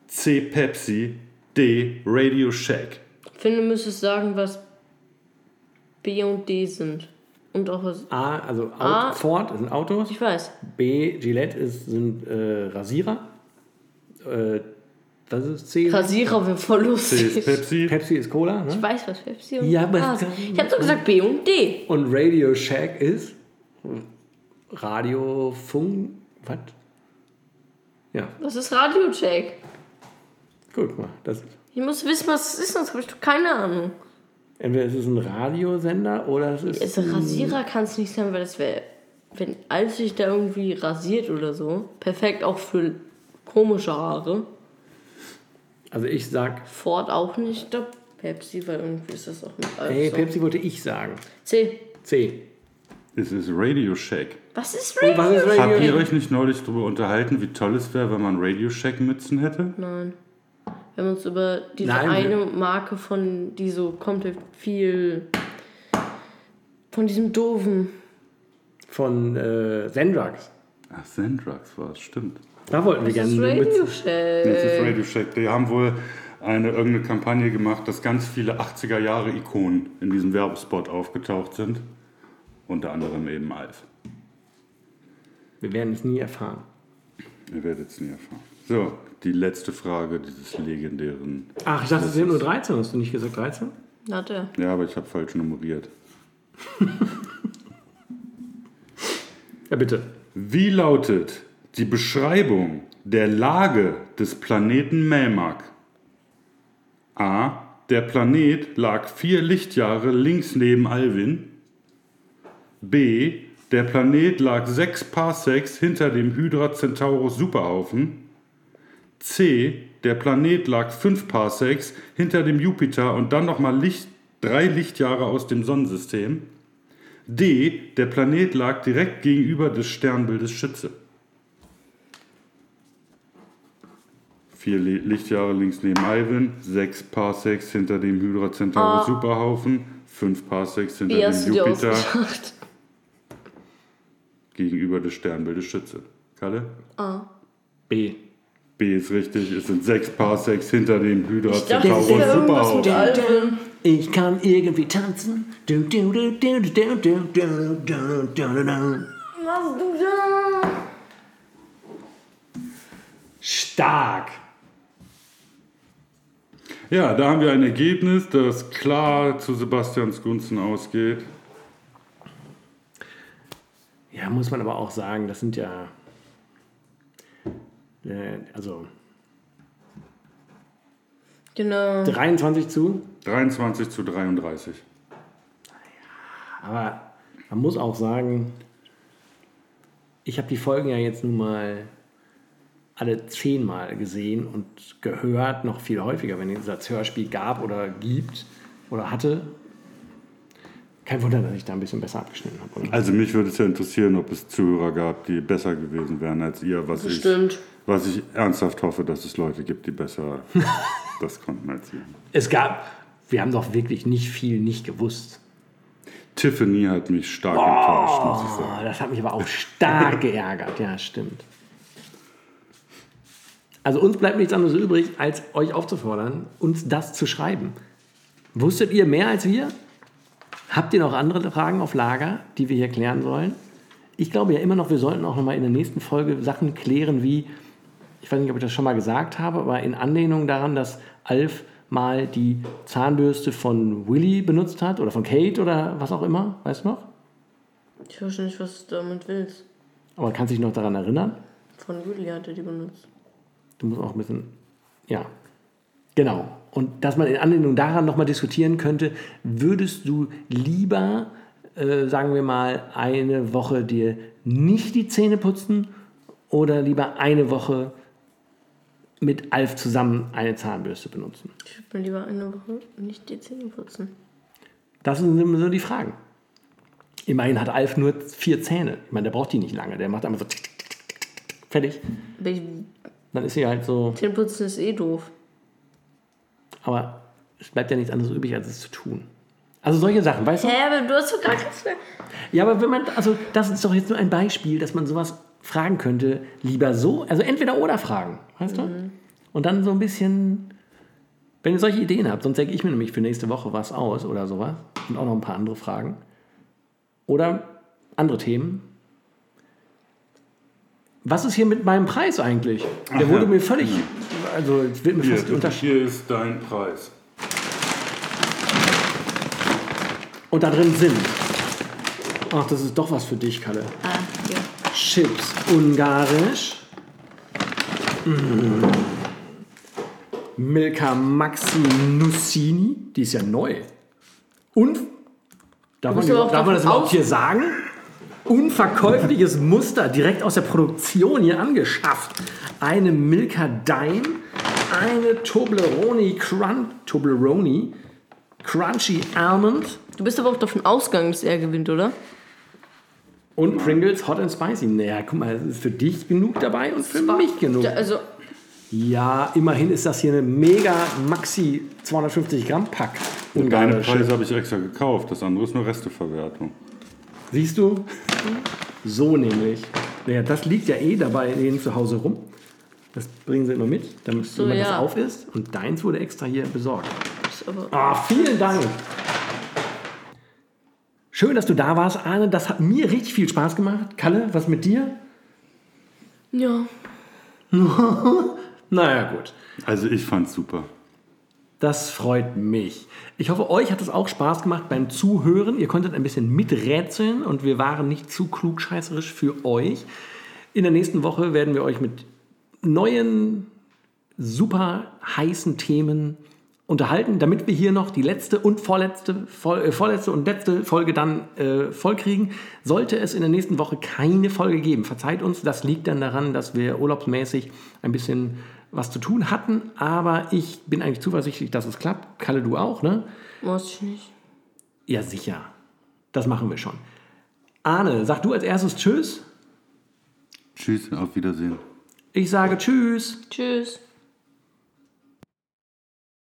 Speaker 4: C. Pepsi, D. Radio Shack.
Speaker 3: Finde, müsstest sagen, was B und D sind. Und auch was.
Speaker 2: A, also Auto,
Speaker 3: A.
Speaker 2: Ford sind Autos.
Speaker 3: Ich weiß.
Speaker 2: B, Gillette ist, sind äh, Rasierer. Äh, das ist C.
Speaker 3: Rasierer wäre voll
Speaker 4: C. ist
Speaker 3: lustig. Ich
Speaker 4: Pepsi,
Speaker 2: Pepsi ist Cola. Ne?
Speaker 3: weiß, was Pepsi und
Speaker 2: Ja, aber-
Speaker 3: was. Ich hab doch gesagt B und D.
Speaker 2: Und Radio Shack ist Radio Funk. Was? Ja,
Speaker 3: Was ist Radio-Check?
Speaker 2: guck mal. Das,
Speaker 3: Ich muss wissen, was es ist, sonst habe ich doch keine Ahnung.
Speaker 2: entweder es ist ein Radiosender oder es ist.
Speaker 3: Also Rasierer kann es nicht sein, weil das wäre, wenn als sich da irgendwie rasiert oder so, perfekt auch für komische Haare.
Speaker 2: Also ich sag.
Speaker 3: Ford auch nicht, ich glaub, Pepsi, weil irgendwie ist das auch mit
Speaker 2: Hey,
Speaker 3: alles so.
Speaker 2: Pepsi wollte ich sagen.
Speaker 3: C.
Speaker 2: C.
Speaker 4: es ist Radio Shack.
Speaker 3: Was ist
Speaker 2: Und Oh, was
Speaker 3: Radio?
Speaker 2: ist
Speaker 4: Habt ihr
Speaker 2: Radio?
Speaker 4: euch nicht neulich darüber unterhalten, wie toll es wäre, wenn man Radio Shack-Mützen hätte?
Speaker 3: Wir haben uns über diese
Speaker 2: Nein, wir-
Speaker 3: eine Marke von, die so komplett viel von diesem doofen.
Speaker 2: Von äh, Zendrugs.
Speaker 4: Ach, Zendrugs war es, stimmt.
Speaker 2: Da wollten wir
Speaker 3: Das ist
Speaker 2: gerne eine
Speaker 3: Radio
Speaker 2: Mütze.
Speaker 4: Das ist
Speaker 3: Shack.
Speaker 4: Radio Shack. Die haben wohl eine irgendeine Kampagne gemacht, dass ganz viele 80er Jahre Ikonen in diesem Werbespot aufgetaucht sind. Unter anderem eben Alf.
Speaker 2: Wir werden es nie erfahren.
Speaker 4: Ihr werdet es nie erfahren. So, die letzte Frage dieses legendären.
Speaker 2: Ach, ich dachte, es sind nur 13. Hast du nicht gesagt 13?
Speaker 3: Na, der.
Speaker 4: Ja, aber ich habe falsch nummeriert.
Speaker 2: Ja, bitte.
Speaker 4: Wie lautet die Beschreibung der Lage des Planeten Melmark? A. Der Planet lag vier Lichtjahre links neben Alvin. B. Der Planet lag sechs Parsecs hinter dem Hydra Centaurus Superhaufen. C. Der Planet lag fünf Parsecs hinter dem Jupiter und dann nochmal Licht, drei Lichtjahre aus dem Sonnensystem. D. Der Planet lag direkt gegenüber des Sternbildes Schütze. Vier Li- Lichtjahre links neben Ivan, sechs Parsecs hinter dem Hydra Centaurus Superhaufen, fünf Parsecs hinter
Speaker 3: Ah. Wie hast
Speaker 4: dem
Speaker 3: du dir
Speaker 4: Jupiter
Speaker 3: ausgedacht?
Speaker 4: gegenüber des Sternbildes Schütze. Kalle?
Speaker 2: B.
Speaker 4: B ist richtig, es sind sechs Parsecs hinter dem Hydra
Speaker 3: Ich dachte, es
Speaker 4: Centaurus
Speaker 3: wäre irgendwas mit
Speaker 4: Superhaufen.
Speaker 3: Alvin.
Speaker 2: Ich kann irgendwie tanzen. Du, du, du, du, du, du, du, du, du, du, du, du.
Speaker 3: Was du da?
Speaker 2: Stark.
Speaker 4: Ja, da haben wir ein Ergebnis, das klar zu Sebastians Gunsten ausgeht.
Speaker 2: Ja, muss man aber auch sagen, das sind ja. Äh, also
Speaker 3: Genau.
Speaker 2: 23 zu,
Speaker 4: 23 zu 33.
Speaker 2: aber man muss auch sagen, ich habe die Folgen ja jetzt nun mal alle zehnmal gesehen und gehört, noch viel häufiger, wenn es das Hörspiel gab oder gibt oder hatte. Kein Wunder, dass ich da ein bisschen besser abgeschnitten habe. oder?
Speaker 4: Also mich würde es ja interessieren, ob es Zuhörer gab, die besser gewesen wären als ihr, was ich,
Speaker 3: Bestimmt.
Speaker 4: was ich ernsthaft hoffe, dass es Leute gibt, die besser [LAUGHS] das konnten als ihr.
Speaker 2: Es gab, wir haben doch wirklich nicht viel nicht gewusst.
Speaker 4: Tiffany hat mich stark
Speaker 3: Oh.
Speaker 4: enttäuscht, muss ich sagen.
Speaker 2: Oh, das hat mich aber auch stark geärgert. Ja, stimmt. Also uns bleibt nichts anderes übrig, als euch aufzufordern, uns das zu schreiben. Wusstet ihr mehr als wir? Habt ihr noch andere Fragen auf Lager, die wir hier klären sollen? Ich glaube ja immer noch, wir sollten auch noch mal in der nächsten Folge Sachen klären wie, ich weiß nicht, ob ich das schon mal gesagt habe, aber in Anlehnung daran, dass Alf mal die Zahnbürste von Willy benutzt hat oder von Kate oder was auch immer, weißt du noch?
Speaker 3: Ich weiß nicht, was du damit willst.
Speaker 2: Aber kannst dich noch daran erinnern?
Speaker 3: Von Julia hat er die benutzt.
Speaker 2: Du musst auch ein bisschen. Ja. Genau. Und dass man in Anlehnung daran nochmal diskutieren könnte, würdest du lieber, äh, sagen wir mal, eine Woche dir nicht die Zähne putzen oder lieber eine Woche mit Alf zusammen eine Zahnbürste benutzen?
Speaker 3: Ich würde mir lieber eine Woche nicht die Zähne putzen.
Speaker 2: Das sind immer so die Fragen. Immerhin hat Alf nur vier Zähne. Ich meine, der braucht die nicht lange. Der macht einfach so tick, tick, tick, tick, tick, tick, tick, fertig.
Speaker 3: Aber ich,
Speaker 2: Dann ist sie halt so.
Speaker 3: Zähne putzen ist eh doof.
Speaker 2: Aber es bleibt ja nichts anderes übrig, als es zu tun. Also solche Sachen, weißt du?
Speaker 3: Hä, aber du hast doch gar nichts mehr.
Speaker 2: Ja, aber wenn man, also das ist doch jetzt nur ein Beispiel, dass man sowas fragen könnte, lieber so, also entweder oder fragen, weißt
Speaker 4: Mhm.
Speaker 2: du? Und dann so ein bisschen, wenn ihr solche Ideen habt, sonst denke ich mir nämlich für nächste Woche was aus oder sowas und auch noch ein paar andere Fragen oder andere Themen. Was ist hier mit meinem Preis eigentlich? Der
Speaker 4: Ach
Speaker 2: wurde
Speaker 4: ja,
Speaker 2: mir völlig, also es wird mir
Speaker 4: Hier,
Speaker 2: fast
Speaker 4: bitte,
Speaker 2: unter
Speaker 4: hier ist dein Preis.
Speaker 2: Und da drin sind. Ach, das ist doch was für dich, Kalle.
Speaker 3: Ah, ja.
Speaker 2: Chips ungarisch. Mm. Milka Maxi Nussini. Die ist ja neu. Und, darf man,
Speaker 3: musst aber auch
Speaker 2: darf man das
Speaker 3: davon
Speaker 2: überhaupt
Speaker 3: aus-
Speaker 2: hier sagen? Unverkäufliches Muster, direkt aus der Produktion hier angeschafft. Eine Milka Dime, eine Toblerone Crunch, Toblerone Crunchy Almond
Speaker 3: Du bist aber auch davon ausgegangen, dass er gewinnt, oder?
Speaker 2: und Pringles Hot and Spicy. Naja, guck mal, es ist für dich genug dabei und für mich genug.
Speaker 3: Ja, also,
Speaker 2: Ja, immerhin ist das hier eine mega Maxi 250 Gramm Pack.
Speaker 4: Deine
Speaker 2: Ungarisch.
Speaker 4: Preise habe ich extra gekauft, das andere ist nur Resteverwertung.
Speaker 2: Siehst du? So nämlich. Naja, das liegt ja eh dabei denen zu Hause rum. Das bringen sie immer mit, damit
Speaker 3: so,
Speaker 2: man das
Speaker 3: ja.
Speaker 2: auf ist. Und deins wurde extra hier besorgt.
Speaker 3: ist aber
Speaker 2: Ah, vielen Dank. Schön, dass du da warst, Arne. Das hat mir richtig viel Spaß gemacht. Kalle, was mit dir?
Speaker 3: ja.
Speaker 2: Naja, gut.
Speaker 4: Also ich fand's super.
Speaker 2: Das freut mich. Ich hoffe, euch hat es auch Spaß gemacht beim Zuhören. Ihr konntet ein bisschen miträtseln und wir waren nicht zu klugscheißerisch für euch. In der nächsten Woche werden wir euch mit neuen, super heißen Themen unterhalten, damit wir hier noch die letzte und vorletzte, Fol äh, vorletzte und letzte Folge dann äh, vollkriegen. Sollte es in der nächsten Woche keine Folge geben, verzeiht uns, das liegt dann daran, dass wir urlaubsmäßig ein bisschen was zu tun hatten, aber ich bin eigentlich zuversichtlich, dass es klappt. Kalle, du auch, ne?
Speaker 3: Muss ich nicht.
Speaker 2: Ja, sicher. Das machen wir schon. Arne, sag du als erstes Tschüss.
Speaker 4: Tschüss, auf Wiedersehen.
Speaker 2: Ich sage Tschüss.
Speaker 3: Tschüss.